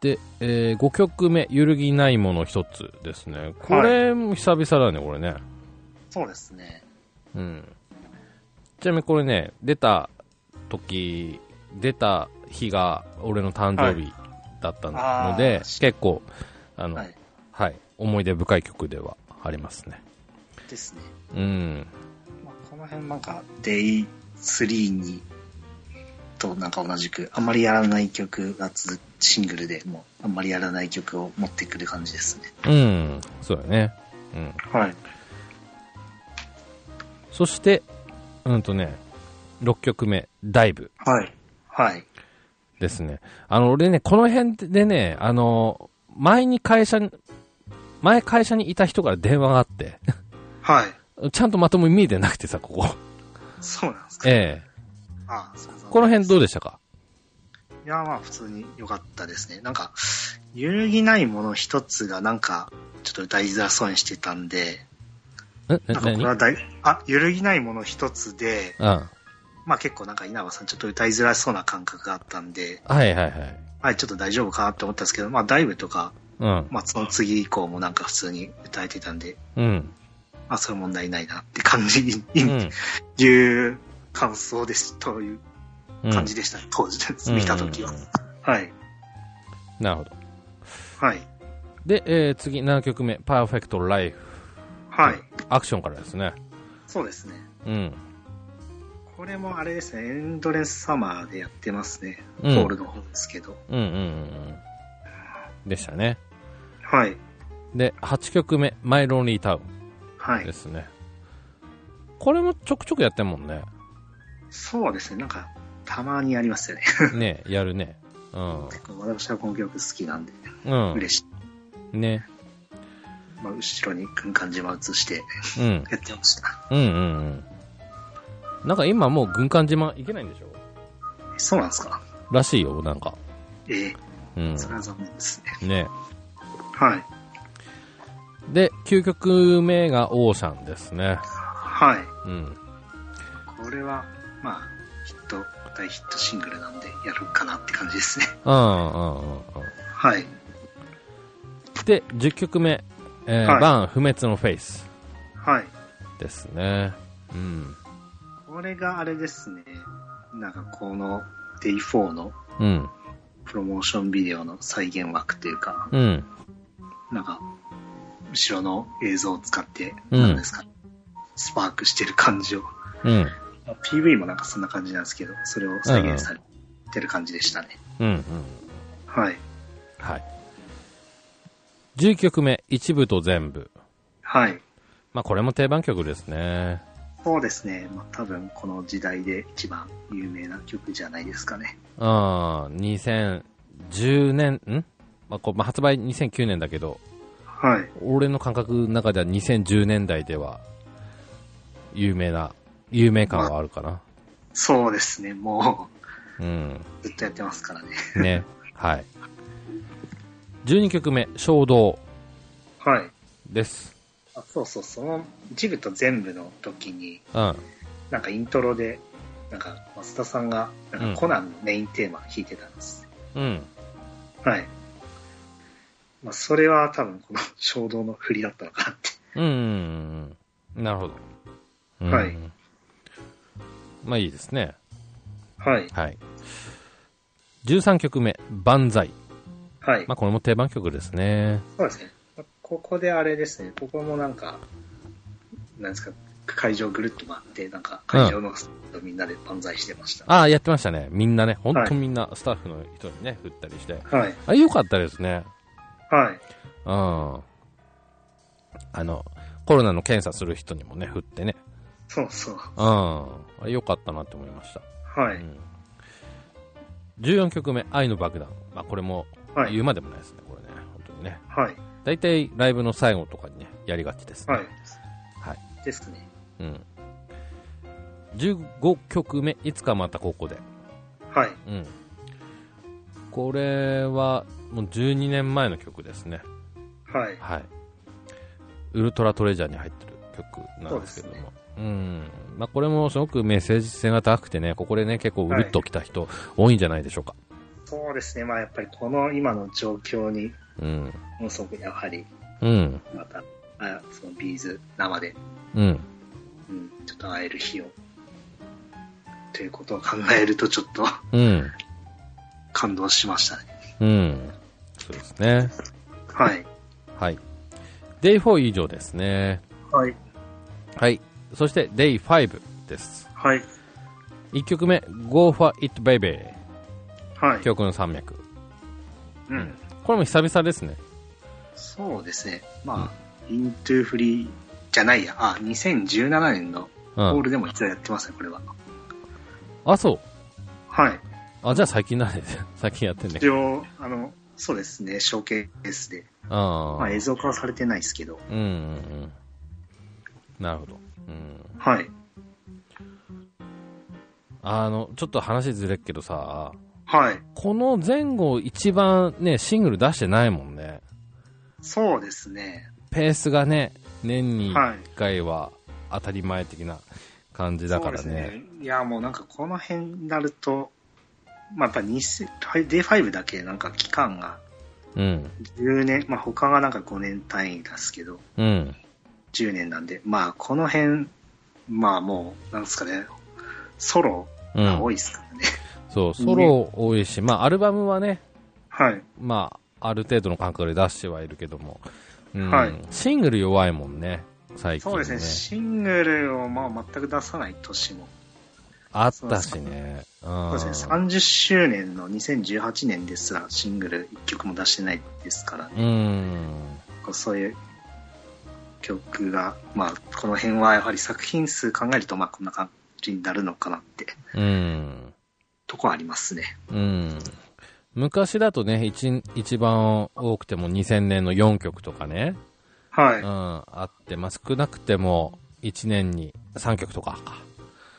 S1: で、え5曲目、揺るぎないもの一つですね。これ、久々だね、これね。
S2: そうですね。
S1: うん。ちなみにこれね、出た時、出た日が俺の誕生日だったので、
S2: あー
S1: 結構、あの、は、
S2: はいい。
S1: 思い出深い曲ではありますね。
S2: ですね。
S1: うん。
S2: まあ、この辺なんか、デイ3に、となんか同じく、あんまりやらない曲が続く、シングルでもう、あんまりやらない曲を持ってくる感じですね。
S1: うん。そうだね。うん。
S2: はい。
S1: そして、うんとね、6曲目、ダイブ
S2: はい。はい。
S1: ですね。あの、俺ね、この辺でね、あの、前に会社に、前会社にいた人から電話があって、
S2: はい。
S1: ちゃんとまともに見えてなくてさ、こ こ。
S2: そうなんですか。
S1: ええ
S2: ああそうそう
S1: この辺どうでしたか
S2: いや、まあ、普通に良かったですね。なんか、揺るぎないもの一つが、なんか、ちょっと歌いづらそうにしてたんで、
S1: んな
S2: なんかこれは
S1: 何
S2: 大、あ、揺るぎないもの一つで、
S1: うん。
S2: まあ結構なんか稲葉さんちょっと歌いづらそうな感覚があったんで、
S1: はいはいはい。
S2: はい、ちょっと大丈夫かなって思ったんですけど、まあダイブとか、
S1: うん。
S2: まあその次以降もなんか普通に歌えてたんで、
S1: うん。
S2: まあそれ問題ないなって感じに、
S1: うん。
S2: いう感想です、という
S1: うん
S2: 感じでした、当時です、
S1: うん
S2: 見た時は
S1: うん。
S2: はい、
S1: なるほど。
S2: はい、
S1: で、えー次、7曲目、パーフェクトライフ。
S2: はい、
S1: アクションからですね。
S2: そうですね。
S1: うん。
S2: これもあれですね、エンドレスサマーでやってますね。ホ
S1: うん
S2: ールの方ですけど。
S1: うんうんうんうん。でしたね。
S2: はい。
S1: で、8曲目、マイロンリータウン
S2: はい
S1: で。すね。これもちょくちょくやってんもんね。
S2: そうですね、なんか、たまにありますよね。
S1: ねやるね。うん。
S2: 私はこの曲好きなんで、
S1: う
S2: 嬉しい。
S1: ん。ね。
S2: まあ、後ろに軍艦島映して
S1: うん。
S2: やってました。
S1: うんうんうん。なんか今もう軍艦島行けないんでしょ
S2: そうなんですか
S1: らしいよ、なんか。
S2: ええ
S1: うん。
S2: それは残念ですね。
S1: ね
S2: はい。
S1: で、9曲目がオーシャンですね。
S2: はい。
S1: うん。
S2: これは、まあ、ヒット、大ヒットシングルなんで、やるかなって感じですね。
S1: うんうんうんうん。
S2: はい。
S1: で、10曲目、えー
S2: はい
S1: バーン不滅のフェイス
S2: はい。
S1: ですね。うん。
S2: これがあれですね。なんか、この、デイ4の
S1: うん。
S2: プロモーションビデオの再現枠というか、
S1: うん。
S2: なんか、後ろの映像を使って、
S1: うん
S2: なんですか、スパークしてる感じを。
S1: うん。
S2: まあ PV もなんかそんな感じなんですけど、それを再現されてる感じでしたね。
S1: うん。うん。
S2: はい。
S1: はい。10曲目、一部と全部。
S2: はい。
S1: まあ、これも定番曲ですね。
S2: そうですね。まあ、多分この時代で一番有名な曲じゃないですかね。
S1: ああ、2010年、んまあ、こう、まあ、発売2009年だけど、
S2: はい。
S1: 俺の感覚の中では2010年代では、有名な、有名感はあるかな。
S2: そうですね。も
S1: うん。
S2: う、ずっとやってますからね。
S1: ね。はい。12曲目、衝動
S2: はい。
S1: です。
S2: あそうそう、その一部と全部の時に、
S1: うん。
S2: なんかイントロで、なんか増田さんが、なんかコナンのメインテーマ弾いてたんです。
S1: うん。
S2: はい。まあ、それは多分この衝動の振りだったのかなって。
S1: うんうん。うんなるほど。うん
S2: はい。
S1: まあいいですね。
S2: はい。
S1: はい。13曲目、万歳。
S2: はい。
S1: まあこれも定番曲ですね。
S2: そうですね。まあここであれですね。ここもなんか、なんですか、会場ぐるっと回って、なんか会場のみんなで万歳してました。
S1: ああ、やってましたね。みんなね、ほんとみんな、スタッフの人にね、振ったりして。
S2: はい。
S1: あれ、よかったですね。
S2: はい。
S1: うん。あの、コロナの検査する人にもね、振ってね。
S2: そうそう。
S1: うん。あれ、よかったなって思いました。
S2: は
S1: う
S2: い。
S1: ん、14曲目、愛の爆弾。まあ、これも、
S2: はい
S1: 言うまでもないですね、これね。本当にね。
S2: はい。
S1: 大体、ライブの最後とかにね、やりがちですね。
S2: はい。
S1: はい。
S2: ですね。
S1: うん。15曲目、いつかまたここで。
S2: はい。
S1: うん。これは、もう12年前の曲ですね。
S2: はい。
S1: はい。ウルトラトレジャーに入ってる曲なんですけども。
S2: そう
S1: うん。まあ、これもすごくメッセージ性が高くてね、ここでね、結構うるっときた人多いんじゃないでしょうか。
S2: そうですね。まあやっぱりこの今の状況に、
S1: うん。
S2: ものすごくやはり、
S1: うん。
S2: また、あそのビーズ生で、
S1: うん。
S2: うん、ちょっと会える日を、ということを考えるとちょっと
S1: うん。
S2: 感動しましたね。
S1: うん。そうですね。
S2: はい。
S1: はい。Day4 以上ですね。
S2: はい。
S1: はい。そして Day5 です。
S2: はい。
S1: 1曲目、Go for it baby。
S2: はい。
S1: 曲の3脈。
S2: うん。
S1: これも久々ですね。
S2: そうですね。まあ、イントゥーフリーじゃないや。あ、2017年の
S1: う
S2: ホー
S1: ん。
S2: ルでも一度やってますね、これは。
S1: あ、そう。
S2: はい。
S1: あ、じゃあ最近なんで、 最近やってんね
S2: 一。応、あの、そうですね、ショーケースで。
S1: あ
S2: まあ、映像化はされてないですけど。
S1: うんうんうん。なるほど。うん。
S2: はい。
S1: あの、ちょっと話ずれっけどさ、
S2: はい。
S1: この前後一番ね、シングル出してないもんね。
S2: そうですね。
S1: ペースがね、年に
S2: はい
S1: 1回は当たり前的な感じだから
S2: そうです
S1: ね。
S2: ね。いや、もうなんかこの辺になると、まあ、やっぱ2000はいデイ5だけなんか期間が
S1: うん。
S2: 10年、まあ、他がなんか5年単位ですけど、
S1: うん。
S2: 10年なんで、まあ、この辺、まあもう、なんですかね、ソロ
S1: う
S2: が多
S1: ん。
S2: いですからね。
S1: そう、ソロ多いし、まあアルバムはね、
S2: はい。
S1: まあある程度の感覚で出してはいるけども、うん
S2: はい
S1: シングル弱いもんね、最近、
S2: そうですね、シングルをまあ全く出さない年も、
S1: あったしね。そ
S2: そうですね、30周年の2018年ですらシングル1曲も出してないですからね、
S1: うん。
S2: こうそういう曲が、まあ、この辺はやはり作品数考えると、まあ、こんな感じになるのかなって
S1: うん。
S2: とこはありますね。
S1: うん。昔だとね、一、一番多くても2000年の4曲とかね、
S2: は
S1: う
S2: い、
S1: ん、あって、まあ、少なくても1年に3曲とか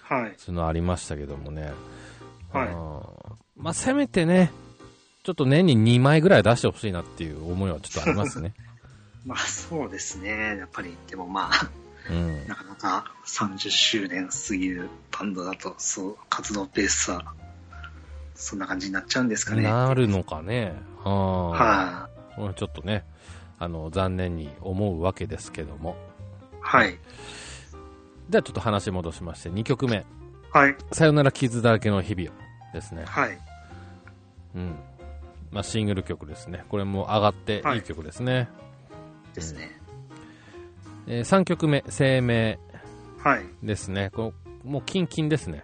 S1: か、
S2: はい、
S1: そういうのありましたけどもね。
S2: はい
S1: うんまあ、せめてね、ちょっと年に2枚ぐらい出してほしいなっていう思いはちょっとありますね。
S2: まあそうですね、やっぱり、でもまあ、
S1: うん。
S2: なかなか30周年過ぎるバンドだと、そう、活動ペースは、そんな感じになっちゃうんですかね。
S1: なるのかね。うん
S2: は
S1: それはちょっとね、あの、残念に思うわけですけども。
S2: い、はい、
S1: ではちょっと話戻しまして、2曲目。
S2: はい、
S1: さよなら傷だらけの日々をですね。
S2: はい、
S1: うん。まあ、シングル曲ですね。これも上がっていい曲ですね。
S2: ですね。
S1: え3曲目、生命
S2: はい、
S1: ですね。こうもうキンキンですね。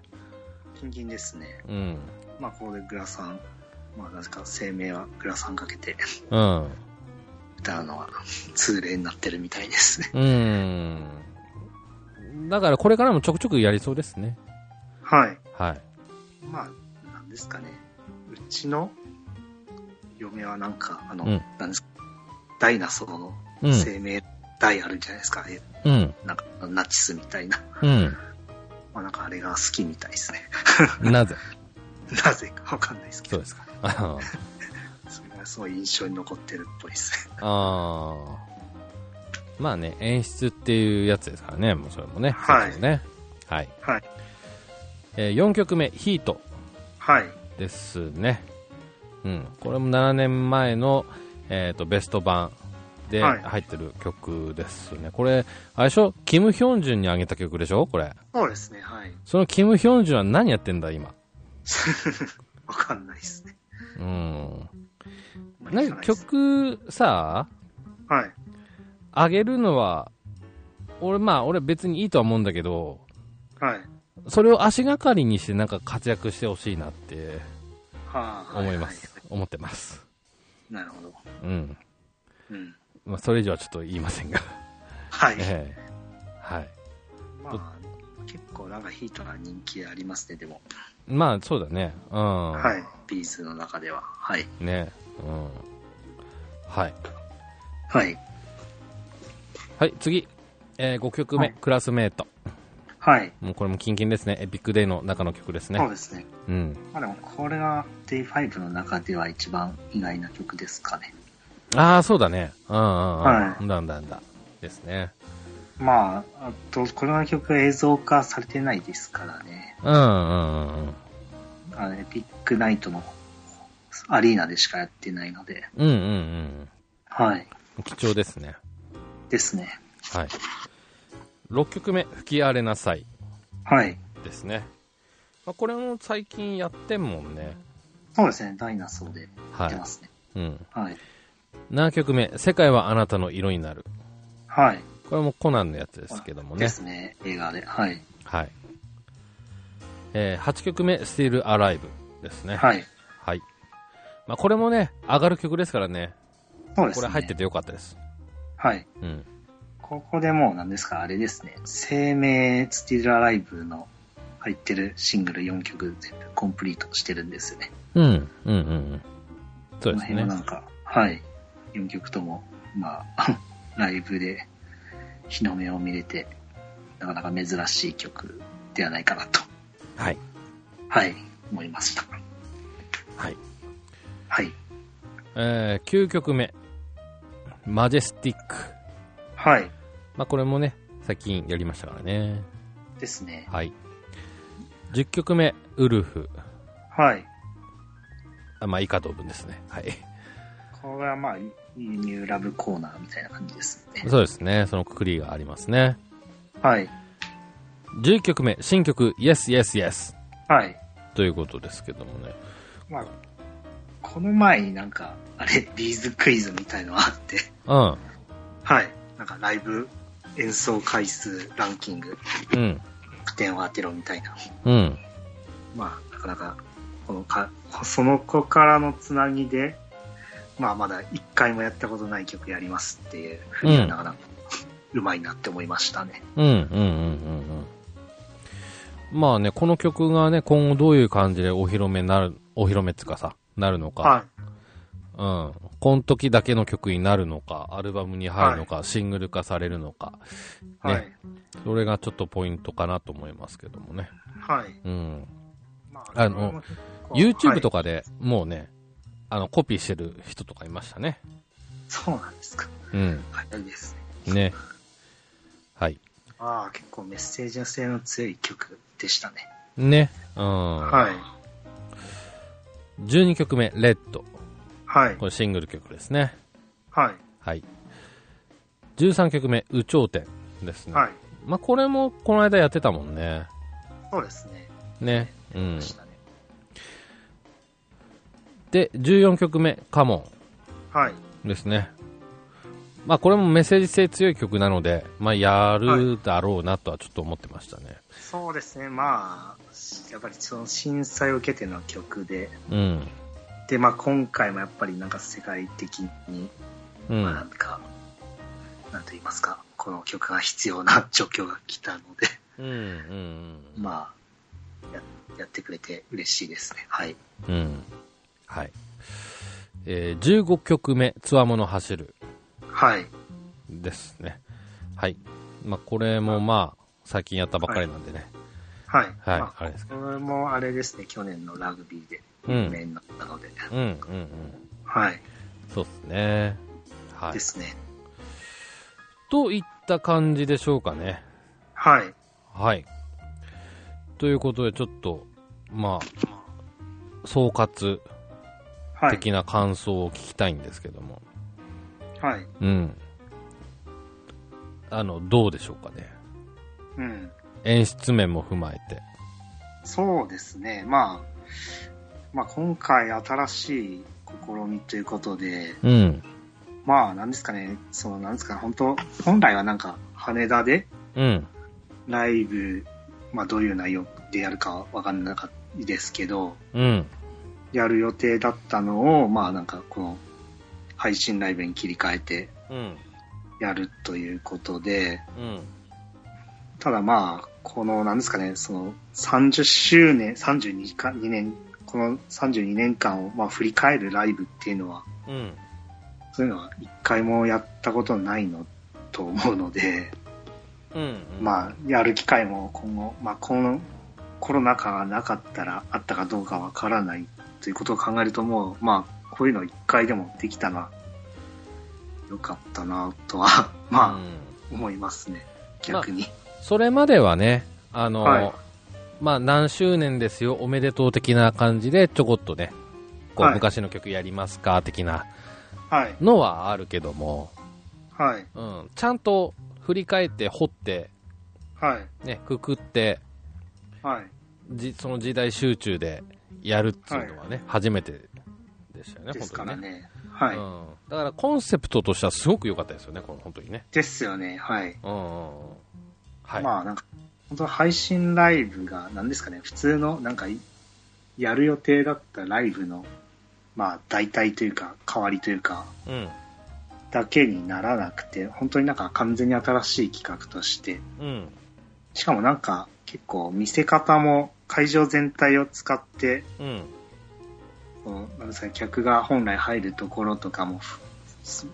S2: キンキンですね。
S1: うん。
S2: まあ、ここでグラさん、まあ、なぜか声明はグラさんかけて
S1: うん。
S2: 歌うのは通例になってるみたいですね。
S1: うん。だからこれからもちょくちょくやりそうですね。
S2: はい。
S1: はい。
S2: まあ、なんですかね。うちの嫁はなんか、あの、
S1: うん
S2: なんですか、ダイナソーの
S1: うん。
S2: 生命大あるじゃないですか。え
S1: うん。
S2: なんか、ナチスみたいな。 まあ、なんかあれが好きみたいですね。
S1: うん。なぜ
S2: なぜかわかんないですけ
S1: そう
S2: ど
S1: で、すか。あ
S2: それがすごい印象に残ってるっぽいですね。
S1: あー。まあね、演出っていうやつですからね、もうそれもね。
S2: はい
S1: そっちもね。はい。
S2: はい。
S1: え4曲目、ヒート。
S2: はい。
S1: ですね、うん、これも7年前の、えー、とベスト版で
S2: はい
S1: 入ってる曲ですね、これ、あれでしょ、キム・ヒョンジュンにあげた曲でしょ、これ、
S2: そうですね、はい。
S1: そのキム・ヒョンジュンは何やってんだ、今、
S2: わかんないですね。
S1: うん、
S2: まあ
S1: なんか曲さ、
S2: はい。
S1: あげるのは俺、まあ、俺別にいいとは思うんだけど、
S2: はい。は
S1: それを足がかりにしてなんか活躍してほしいなって
S2: あ
S1: 思います。。思ってます。
S2: なるほど。
S1: うん。
S2: うん。
S1: まあ、それ以上はちょっと言いません が。
S2: はい。
S1: ええはい。
S2: まあ、結構なんかヒートな人気ありますね、でも。
S1: まあ、そうだね。うん。。
S2: はいい。ビーズの中では。はい。
S1: ね。うん。はい。
S2: はい。
S1: はい、次。え5曲目、
S2: はい
S1: クラスメイト。
S2: はい。
S1: もうこれもキンキンですね。エピックデイの中の曲です
S2: そう
S1: ね。
S2: ですね。
S1: うん。
S2: まあでも、これが Day5 の中では一番意外な曲ですかね。
S1: ああ、そうだね。うんうんうん。
S2: は
S1: なんだなんだ。ですね。
S2: まあ、あと、この曲は映像化されてないですからね。
S1: うんうんうんうん。
S2: あのエピックナイトのアリーナでしかやってないので。
S1: うんうんうん
S2: はい。
S1: うん。貴重ですね。
S2: ですね。
S1: はい。6曲目、吹き荒れなさい。
S2: はい。
S1: ですね。まあ、これも最近やってんもんね。
S2: そうですね。ダイナソーでやってますね。
S1: うん。
S2: はい。
S1: 7曲目、世界はあなたの色になる。
S2: はい。
S1: これもコナンのやつですけどもね
S2: で。すね。映画で。はい。
S1: はい。えー8曲目、Still Alive ですね。
S2: はい。
S1: はい。まあ、これもね、上がる曲ですからね。
S2: そうです
S1: これ
S2: ね。
S1: 入っててよかったです。
S2: はい。
S1: うん。
S2: ここでもう何ですか、あれですね。生命スティルアライブの入ってるシングル4曲全部コンプリートしてるんですよね。
S1: うん、うん、うんうん。そうです
S2: この辺
S1: ね
S2: は。なんか、はい。4曲とも、まあ、 ライブで日の目を見れて、なかなか珍しい曲ではないかなと、
S1: はい。
S2: はい、思いました。
S1: はい。
S2: はい。
S1: えー9曲目、マジェスティック。
S2: はい。
S1: まあ、これもね、最近やりましたからね。
S2: ですね。
S1: はい。10曲目、ウルフ。
S2: はい。
S1: あまあ、以下同文ですね。はい。
S2: これはまあ、ニューラブコーナーみたいな感じですね。
S1: そうですね。そのくくりがありますね。
S2: はい。
S1: 11曲目、新曲、Yes, Yes, Yes。
S2: はい。
S1: ということですけどもね。
S2: まあ、この前になんか、あれ、ビーズクイズみたいのあって、
S1: うん。
S2: はい。なんかライブ演奏回数ランキング、
S1: うん。
S2: 点を当てろみたいな。
S1: うん。
S2: まあ、なかなか、このか、その子からのつなぎで、まあ、まだ一回もやったことない曲やりますっていうふうに
S1: う
S2: は、
S1: ん
S2: なかなか、うまいなって思いましたね。
S1: うん、うん、うん、うんうん。まあね、この曲がね、今後どういう感じでお披露目になる、お披露目っていうかさ、なるのか。
S2: い。
S1: うん。この時だけの曲になるのか、アルバムに入るのか、シングル化されるのか。ね
S2: はい。
S1: それがちょっとポイントかなと思いますけどもね。
S2: はい。
S1: うん。
S2: ま
S1: あの、YouTube とかでもうね、あの、コピーしてる人とかいましたね。
S2: そうなんですか。
S1: うん。
S2: 早いですね。
S1: ね。はい。
S2: ああ、結構メッセージ性の強い曲でしたね。
S1: ね。うん。
S2: はい。
S1: 12曲目、レッド。
S2: はい。
S1: これシングル曲ですね。
S2: はい。
S1: はい。13曲目、有頂天ですね。
S2: はい。
S1: まあ、これもこの間やってたもんね。
S2: そうですね。
S1: ね。う
S2: で
S1: ん。
S2: したね。
S1: で、14曲目、カモ
S2: はい。
S1: ンですね。まあ、これもメッセージ性強い曲なので、まあ、やるだろうなとはちょっと思ってましたね。
S2: そうですね。まあ、やっぱりその震災を受けての曲で、
S1: うん。
S2: で、まあ今回もやっぱりなんか世界的に、
S1: う。
S2: まあなんんか、なんと言いますか、この曲が必要な状況が来たので、
S1: うん。うん。
S2: まあ、ややってくれて嬉しいですね。はい。
S1: うん。はい。えー15曲目、つわもの走る
S2: はい。
S1: ですね。はい。まあ、これもまあ、最近やったばっかりなんでね。
S2: はい。
S1: はい、
S2: まあ
S1: あれですけ
S2: これもあれですね、去年のラグビーで
S1: うん
S2: 有名になったので、
S1: ど。うん、うん、うん。
S2: はい。
S1: そうですね。はい
S2: で。すね。
S1: といった感じでしょうかね。
S2: はい。
S1: はい。ということで、ちょっと、まあ、総括
S2: はい。
S1: 的な感想を聞きたいんですけども。
S2: はい。
S1: うん。あの、どうでしょうかね。
S2: うん。
S1: 演出面も踏まえて。
S2: そうですね。まあ、まあ今回新しい試みということで、
S1: うん。
S2: まあなんですかね、そのなんですか、本当本来はなんか羽田で
S1: うん。
S2: ライブ、まあ、どういう内容でやるかわかんなかったですけど、
S1: うん。
S2: やる予定だったのを、まあなんかこの配信ライブに切り替えて
S1: うん。
S2: やるということで、
S1: うん。
S2: ただまあ、このなんですかね、その30周年、32か、2年、この32年間をまあ振り返るライブっていうのは、
S1: うん。
S2: そういうのは一回もやったことないのと思うので、
S1: うん。あ。
S2: まあ、やる機会も今後、まあ、このコロナ禍がなかったらあったかどうかわからないということを考えるともう、まあ、こういうの一回でもできたらよかったなとは、 まあ、思いますね。逆に。
S1: それまではね、あの、
S2: はい
S1: まあ何周年ですよ、おめでとう的な感じでちょこっとね、こう
S2: はい
S1: 昔の曲やりますか的な
S2: はい。
S1: のはあるけども、
S2: はい。
S1: うん、ちゃんと振り返って掘って、
S2: はい。
S1: ね、くくって、
S2: はい。
S1: じその時代集中でやるっていうのはね、初めてでしたよね、
S2: で
S1: 本
S2: す
S1: 当
S2: か
S1: に
S2: ら
S1: ね。
S2: ね。はい、
S1: うん、だからコンセプトとしてはすごく良かったですよね、この本当にね。
S2: ですよね。はい。
S1: うんうんうん。はい。
S2: まあ、なんか、本当配信ライブが、なんですかね、普通の、なんか、いやる予定だったライブの、まあ、代替というか、代わりというか、
S1: うん。
S2: だけにならなくて、本当になんか完全に新しい企画として、
S1: うん。
S2: しかもなんか結構見せ方も会場全体を使って、
S1: うん。
S2: このなんですかね客が本来入るところとかも、す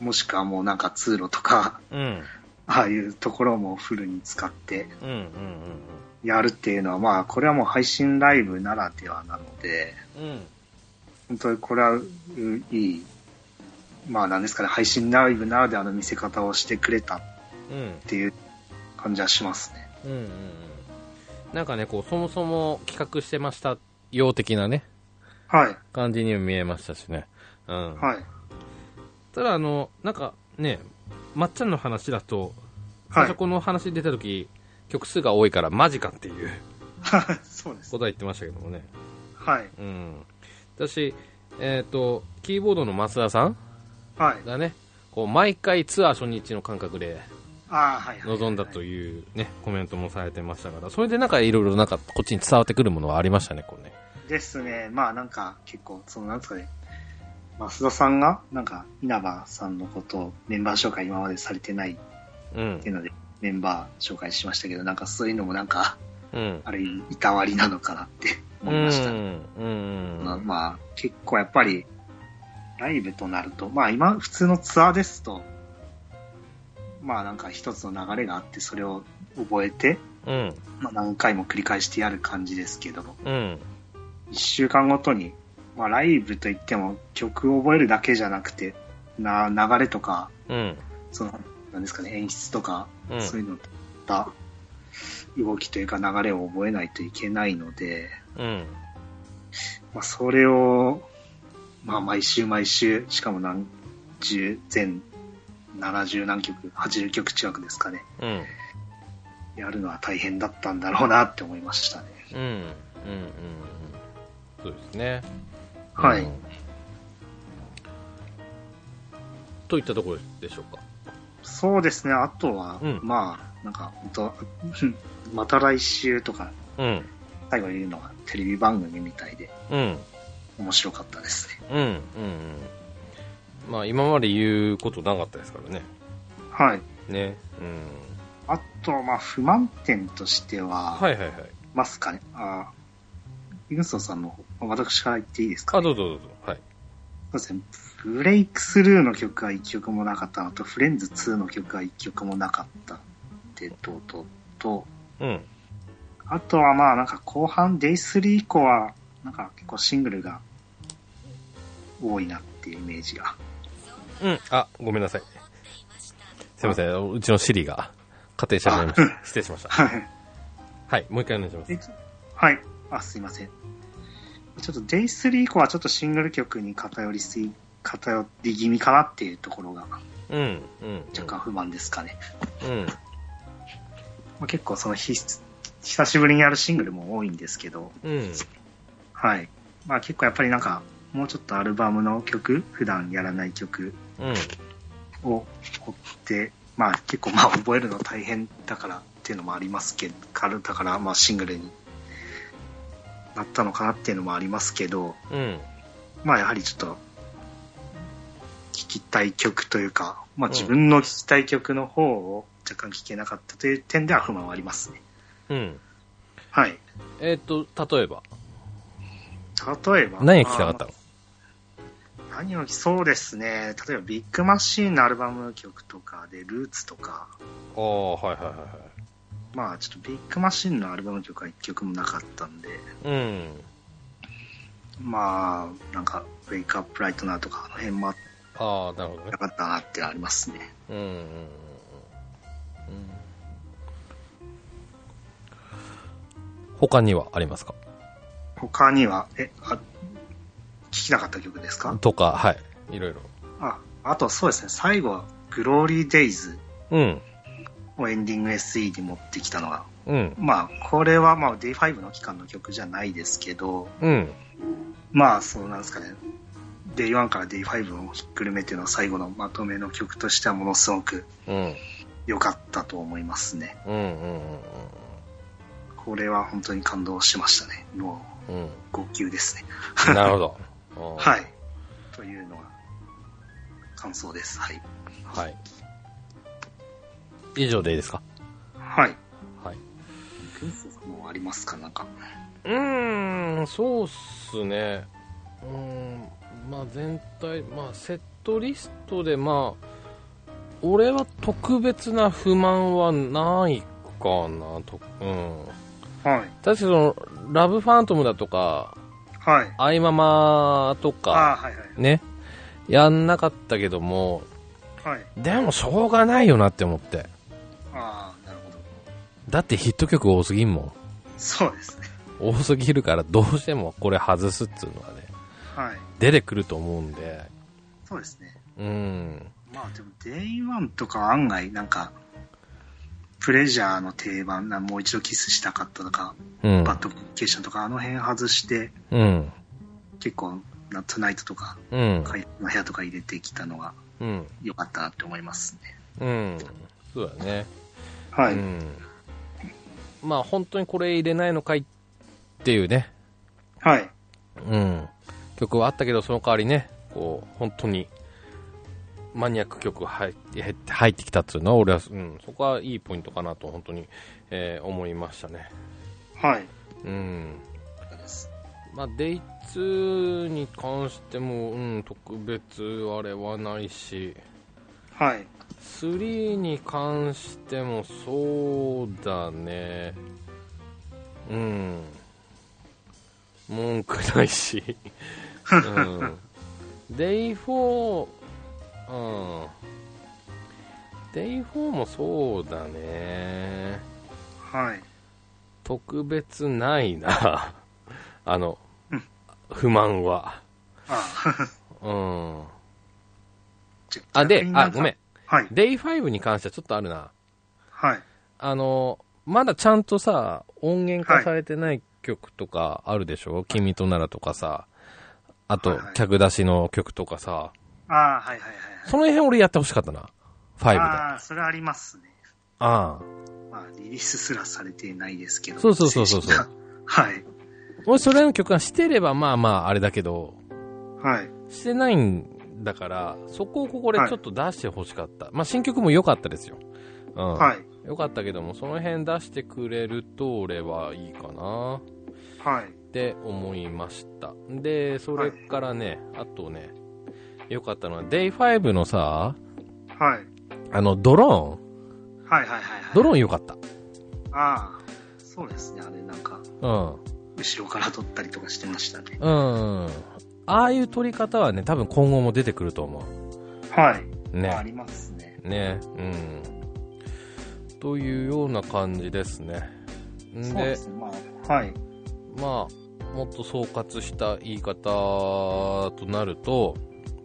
S2: もしくはもうなんか通路とか、
S1: うん。
S2: ああいうところもフルに使って
S1: うん。うん。うん。
S2: やるっていうのは、まあこれはもう配信ライブならではなので、
S1: うん。
S2: 本当にこれはういい、まあなんですかね、配信ライブならではの見せ方をしてくれたっ
S1: うん。
S2: ていう感じはしますね。
S1: うんうんうんなんかね、こう、そもそも企画してました、よう的なね、
S2: はい。
S1: 感じにも見えましたしね。うん。
S2: はい。
S1: ただ、あの、なんかね、まっちゃんの話だと、最
S2: はい
S1: 初。この話出た時、曲数が多いからマジかっていう
S2: そうです
S1: こ。とは言ってましたけどもね。
S2: はい。
S1: うん。私、えっ、と、キーボードの増田さん
S2: はい。
S1: がね、こう、毎回ツアー初日の感覚で
S2: ああ、はい。
S1: 臨んだと
S2: いう。
S1: いうね、コメントもされてましたから、それでなんかいろいろなんかこっちに伝わってくるものはありましたね、こうね。
S2: ですね。まあなんか結構、そのなんですかね。増田さんが、なんか稲葉さんのことをメンバー紹介今までされてないっ
S1: うん
S2: てい。うので、メンバー紹介しましたけど、なんかそういうのもなんか、
S1: うん。
S2: ある意味、いたわりなのかなって思いました、ね
S1: うん。うん。
S2: まあまあ、結構やっぱり、ライブとなると、まあ今、普通のツアーですと、まあなんか一つの流れがあって、それを覚えて、
S1: うん。
S2: まあ、何回も繰り返してやる感じですけど、
S1: うん。
S2: 1週間ごとに、まあ、ライブといっても曲を覚えるだけじゃなくて、な流れとか、
S1: うん。
S2: その、なんですかね、演出とか、
S1: うん
S2: そういうのだ、動きというか流れを覚えないといけないので、
S1: うん。
S2: まあ、それを、まあ、毎週毎週、しかも何十、全70何曲、80曲近くですかね、
S1: うん。
S2: やるのは大変だったんだろうなって思いましたね。
S1: うん。うん。うん。そうですね。
S2: はい
S1: うん。といったところでしょうか。
S2: そうですね、あとは、
S1: うん
S2: まあ、なんか、本当 また来週とか、
S1: うん。
S2: 最後に言うのがテレビ番組みたいで、
S1: うん。
S2: 面白かったですね。
S1: うん。うん。うん。まあ、今まで言うことなかったですからね。
S2: はい。
S1: ね。うん。
S2: あと、まあ、不満点としては、
S1: はいはいはい。
S2: ますかね。あーユンソンさんの方、私から言っていいですか、
S1: あ、
S2: ね、
S1: どうぞどうぞ。はい。
S2: そうですね。ブレイクスルーの曲が1曲もなかったのと、フレンズ2の曲が1曲もなかったってととと、
S1: うん。
S2: あとはまあなんか後半、デイ3以降は、なんか結構シングルが多いなっていうイメージが。
S1: うん。あ、ごめんなさい。すいません。うちのシリが、家庭しゃべりました。失礼しました。
S2: はい。
S1: はい。もう一回お願いします。
S2: で はい。あ、すいません。ちょっとデイ3以降はちょっとシングル曲に偏りすぎ、偏り気味かなっていうところが
S1: うん。うん。
S2: 若干不満ですかね。
S1: うん。
S2: まあ、結構そのひ久しぶりにやるシングルも多いんですけど、
S1: うん。
S2: はい。まあ結構やっぱりなんか、もうちょっとアルバムの曲、普段やらない曲
S1: うん。
S2: を追ってまあ結構まあ覚えるの大変だからっていうのもありますけど、からだからまあシングルになったのかなっていうのもありますけど、
S1: うん。
S2: まあやはりちょっと、聞きたい曲というか、まあ自分の聞きたい曲の方を若干聞けなかったという点では不満はありますね。
S1: うん。
S2: はい。
S1: えっ、と、例えば、
S2: 例えば。
S1: 何が聞きたかったの
S2: あ何を聞き、そうですね。例えばビッグマシーンのアルバム曲とかで、ルーツとか、
S1: ああ、はいはいは
S2: まあちょっとビッグマシーンのアルバム曲は一曲もなかったんで、
S1: いはい。うん。
S2: まあなんか、ウェイクアップライトナーとか、あの辺もあっ
S1: ああ、なるほどね
S2: な。かったなってありますね。
S1: うんうんうんうん。他にはありますか
S2: 他には、え、あ、聞きなかった曲ですか
S1: とか、はい。いろいろ。
S2: あ、あとそうですね、最後は、グローリーデイズ
S1: うん。
S2: をエンディング SE に持ってきたのが、
S1: うん。
S2: まあ、これはまあ Day5 の期間の曲じゃないですけど、
S1: うん。
S2: まあ、そうなんですかね、Day1 から Day5 をひっくるめての最後のまとめの曲としてはものすごく
S1: うん。
S2: 良かったと思いますね。
S1: うん。うん。うん
S2: これは本当に感動しましたね。も
S1: うん。うん
S2: う、号泣ですね。
S1: なるほど。うん
S2: はい。というのが、感想です。はい。
S1: はい。以上でいいですか
S2: はい。
S1: はい。
S2: クリスさんもありますかなんか。
S1: うーん、そうっすね。うーん、まあ全体、まあセットリストで、まあ、俺は特別な不満はないかな、と、うん。
S2: はい。
S1: 確かその、ラブファントムだとか、
S2: はい。
S1: アイママと
S2: ああ、
S1: か、
S2: はいはい。
S1: ね、やんなかったけども、
S2: はい。
S1: でもしょうがないよなって思って。
S2: ああ、なるほど。
S1: だってヒット曲多すぎんもん。
S2: そうですね。
S1: 多すぎるからどうしてもこれ外すっつうのはね、
S2: はい。
S1: 出てくると思うんで、
S2: そうですね。
S1: うん。
S2: まあでも、デイワンとか案外、なんか、プレジャーの定番な、もう一度キスしたかったとか、
S1: うん。
S2: バッドコミュニケーションとか、あの辺外して、
S1: うん。
S2: 結構、ナットナイトとか、
S1: うん。
S2: 怪盗の部屋とか入れてきたのが
S1: うん。
S2: 良かったなって思いますね。
S1: うん。そうだね。
S2: は
S1: うん。まあ本当にこれ入れないのかいっていうね、
S2: はい。
S1: うん。曲はあったけど、その代わりね、こう、本当に、マニアック曲が入って入って入ってきたっていうのは、俺は、うん、そこはいいポイントかなと、本当に、えー思いましたね。
S2: はい。
S1: うん。まあ、デイ2に関しても、うん、特別あれはないし、
S2: はい。
S1: 3に関してもそうだねうん文句ないしうんデイ4うんデイ4もそうだね
S2: はい。
S1: 特別ないな あの
S2: うん
S1: 不満は
S2: あ
S1: うん
S2: じゃ
S1: あで
S2: 逆にな
S1: あ
S2: か
S1: ごめん
S2: はい。
S1: デイ5に関してはちょっとあるな
S2: はい。
S1: あの、まだちゃんとさ、音源化されてない曲とかあるでしょ、君とならとかさ、あと
S2: はいは、い
S1: 客出しの曲とかさ、
S2: ああ、はいはいはいはい。
S1: その辺俺やってほしかったな。5で。あ
S2: ああ、それありますね。
S1: あ。
S2: まあ、リリースすらされてないですけど。
S1: そうそうそうそうそう
S2: 正式な はい。
S1: 俺それらの曲がしてればまあまああれだけど、
S2: はい。
S1: してないんだから、そこをここでちょっと出してほしかった。まあ新曲も良かったですよ。うん。
S2: はい。
S1: 良かったけども、その辺出してくれると俺はいいかな。
S2: はい。
S1: って思いましたでそれからね、あとねよかったのは Day5 のさ
S2: はい。
S1: あのドローン
S2: はいはいはいはい。
S1: ドローンよかった
S2: ああ、そうですね。あれなんか、
S1: うん
S2: 後ろから撮ったりとかしてましたね。
S1: うんああいう撮り方はね多分今後も出てくると思
S2: はい。
S1: う
S2: まあ
S1: ね
S2: ありますね。
S1: ねうんというような感じですねん
S2: そうで
S1: です
S2: ね。まあ、はい。
S1: まあもっと総括した言い方となると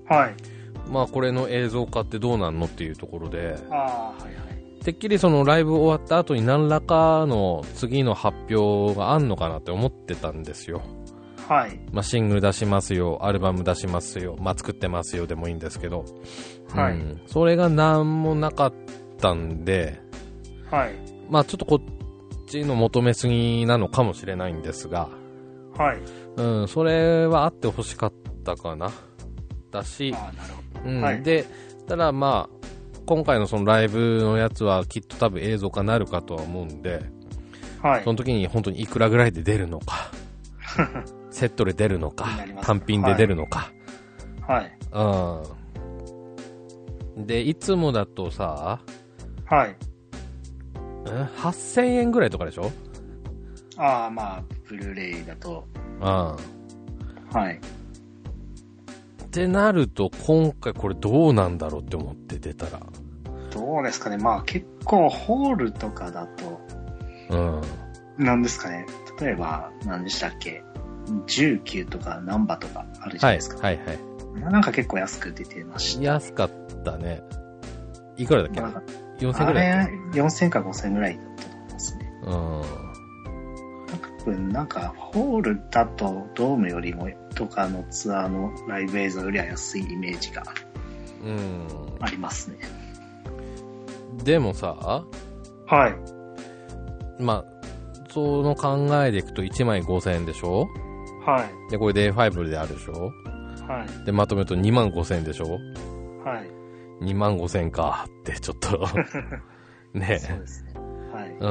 S2: はい。
S1: まあこれの映像化ってどうなんのっていうところで
S2: ああ、はいはい。
S1: てっきりそのライブ終わった後に何らかの次の発表があんのかなって思ってたんですよ。
S2: はい。
S1: まあ、シングル出しますよ、アルバム出しますよ、まあ、作ってますよでもいいんですけど。
S2: はい
S1: うんそれが何もなかっったんで、
S2: はい。
S1: まあちょっとこっちの求めすぎなのかもしれないんですが、
S2: はい。
S1: うん、それはあってほしかったかな。だし、
S2: ああ、なるほ
S1: うん
S2: はい
S1: で、ただまあ、今回のそのライブのやつはきっと多分映像化なるかとは思うんで、
S2: ど。はい
S1: そ。の時に本当にいくらぐらいで出るの か、セットで出るのか
S2: になり、ます
S1: 単品で出るのか、
S2: はい。
S1: うん。で、いつもだとさ、
S2: はい。
S1: ん8000円ぐらいとかでしょ
S2: ああ、まあ、ブルーレイだと。
S1: うん。っ
S2: はい。
S1: てなると、今回これどうなんだろうって思って出たら。
S2: どうですかね。まあ、結構、ホールとかだと、
S1: うん。
S2: なんですかね。例えば、何でしたっけ。19とか、ナンバとかあるじ
S1: は
S2: ゃない
S1: い
S2: ですか。、
S1: はい、はい。
S2: なんか結構安く出てました。
S1: 安かったね。いくらだっけ
S2: なんか
S1: ?4000
S2: あ
S1: ぐらいだっ
S2: れ、4000か5000ぐらいだったと思いますね。
S1: けうん。
S2: なんか多分、なんか、ホールだと、ドームよりも、とかのツアーのライブ映像よりは安いイメージが
S1: う
S2: ありますね。
S1: ん。でもさ、
S2: はい。
S1: まあ、その考えでいくと1枚5000円でしょ
S2: は
S1: で、これで A5 であるでしょ
S2: い。はい。
S1: で、まとめると2万5000円でしょ
S2: はい。
S1: 2万5000円かって、ちょっと。ね
S2: そうですね。はい。
S1: う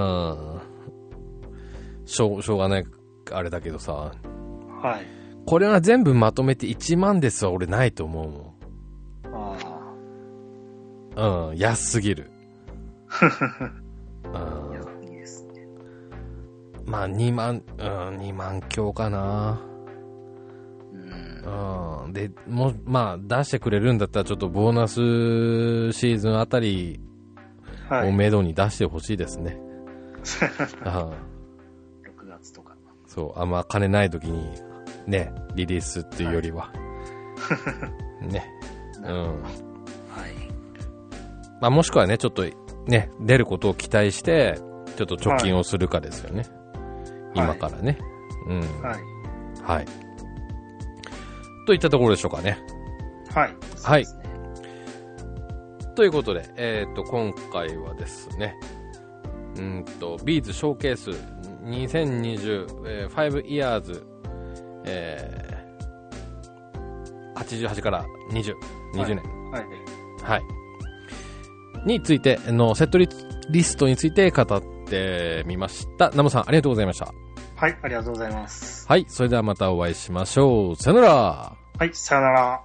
S1: ん。しょう、しょうがない、あれだけどさ。
S2: はい。
S1: これは全部まとめて1万ですは俺ないと思
S2: あ
S1: うもん。うん、安すぎる。うん
S2: あ、いや、いいですね。
S1: まあ2万、うん、2万強かな。
S2: うん。
S1: うん。で、もう、まあ出してくれるんだったらちょっとボーナスシーズンあたり
S2: は
S1: を
S2: い。
S1: めどに出してほしいです ね。うん。
S2: 6月とか。
S1: そう、あんま金ない時に、ね、リリースっていうよりは。ね。うん。
S2: はい。
S1: まあ、もしくはね、ちょっと、ね、出ることを期待して、ちょっと貯金をするかですよね。
S2: はい
S1: 今からね。うん。
S2: は
S1: はいい。。といったところでしょうかね。
S2: はい。
S1: はい
S2: そうですね
S1: ということで、えっ、と、今回はですね、うーんと、ビーズショーケース2020、えー、5 years、えー、88から20、20年。
S2: はい。
S1: はい。についてのセットリリストについて語ってみました。ナムさん、ありがとうございました。
S2: はい。ありがとうございます。
S1: はい。それではまたお会いしましょう。さよなら。
S2: はい。さよなら。